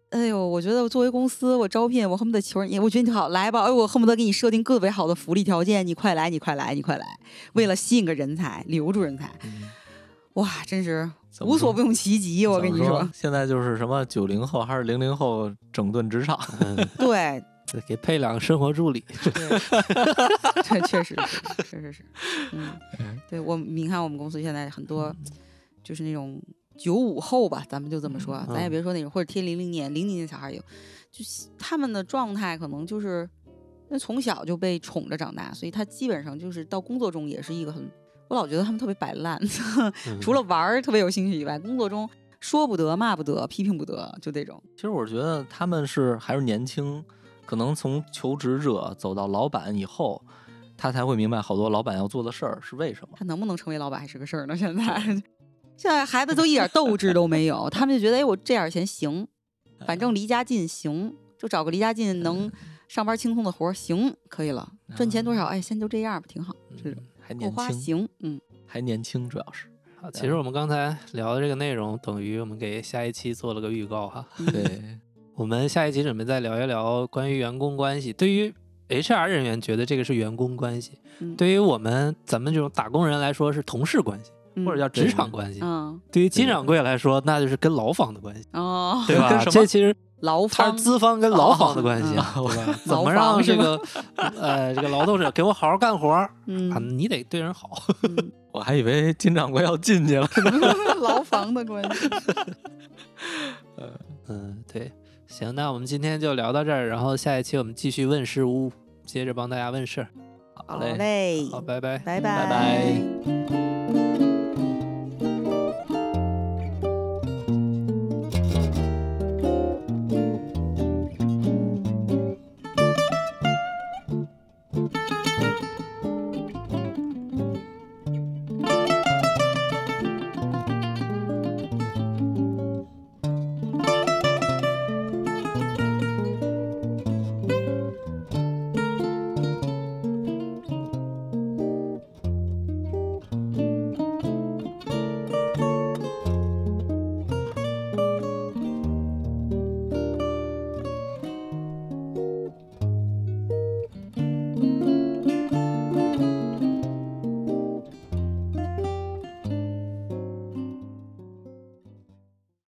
哎呦，我觉得我作为公司，我招聘，我恨不得求人，哎我觉得你好来吧，哎，我恨不得给你设定各位好的福利条件，你快来，你快来，你快来，为了吸引个人才，留住人才，
对嗯
哇，真是
怎么
无所
说
不用其极，我跟
怎
你
么
说
说，， 现在就是什么九零后还是零零后整顿职场，
对，
对给配两个生活助理，
对确确实是，确实是，嗯
嗯，
对我们你看我们公司现在很多就是那种九五后吧，咱们就这么说啊，咱也
嗯
别说那种或者贴零零年、零零年小孩有，就是他们的状态可能就是那从小就被宠着长大，所以他基本上就是到工作中也是一个很，我老觉得他们特别摆烂， 除了玩儿特别有兴趣以外，工作中说不得、骂不得、批评不得，就这种，
其实我觉得他们是还是年轻，可能从求职者走到老板以后，他才会明白好多老板要做的事儿是为什么。
他能不能成为老板还是个事儿呢。现在， 现在孩子都一点斗志都没有，他们就觉得，哎，我这点钱行，
嗯
反正离家近行，就找个离家近能上班轻松的活儿行，可以了。赚钱多少，哎，先就这样吧，挺好。
嗯
这种
还
够
年
花
轻，
行，嗯，
还年轻，主要是
好其实我们刚才聊的这个内容，等于我们给下一期做了个预告哈。
嗯，
对，
我们下一期准备再聊一聊关于员工关系。对于 HR 人员，觉得这个是员工关系；
嗯
对于我们咱们这种打工人来说，是同事关系
嗯
或者叫职场关系；
嗯
对于金掌柜来说，那就是跟劳方的关系，
哦，
对吧
跟什？么
这其实
劳
它
方
是资方跟劳方的关系，
哦
对吧？怎
劳
么
方
让
是
这
吗
个呃这个劳动者给我好好干活 儿
嗯
啊？你得对人好。
嗯
我还以为金掌柜要进去了。
劳方的关系，
嗯，对，行，那我们今天就聊到这儿，然后下一期我们继续问事屋，接着帮大家问事儿。
好嘞，
好，拜拜。
拜
拜拜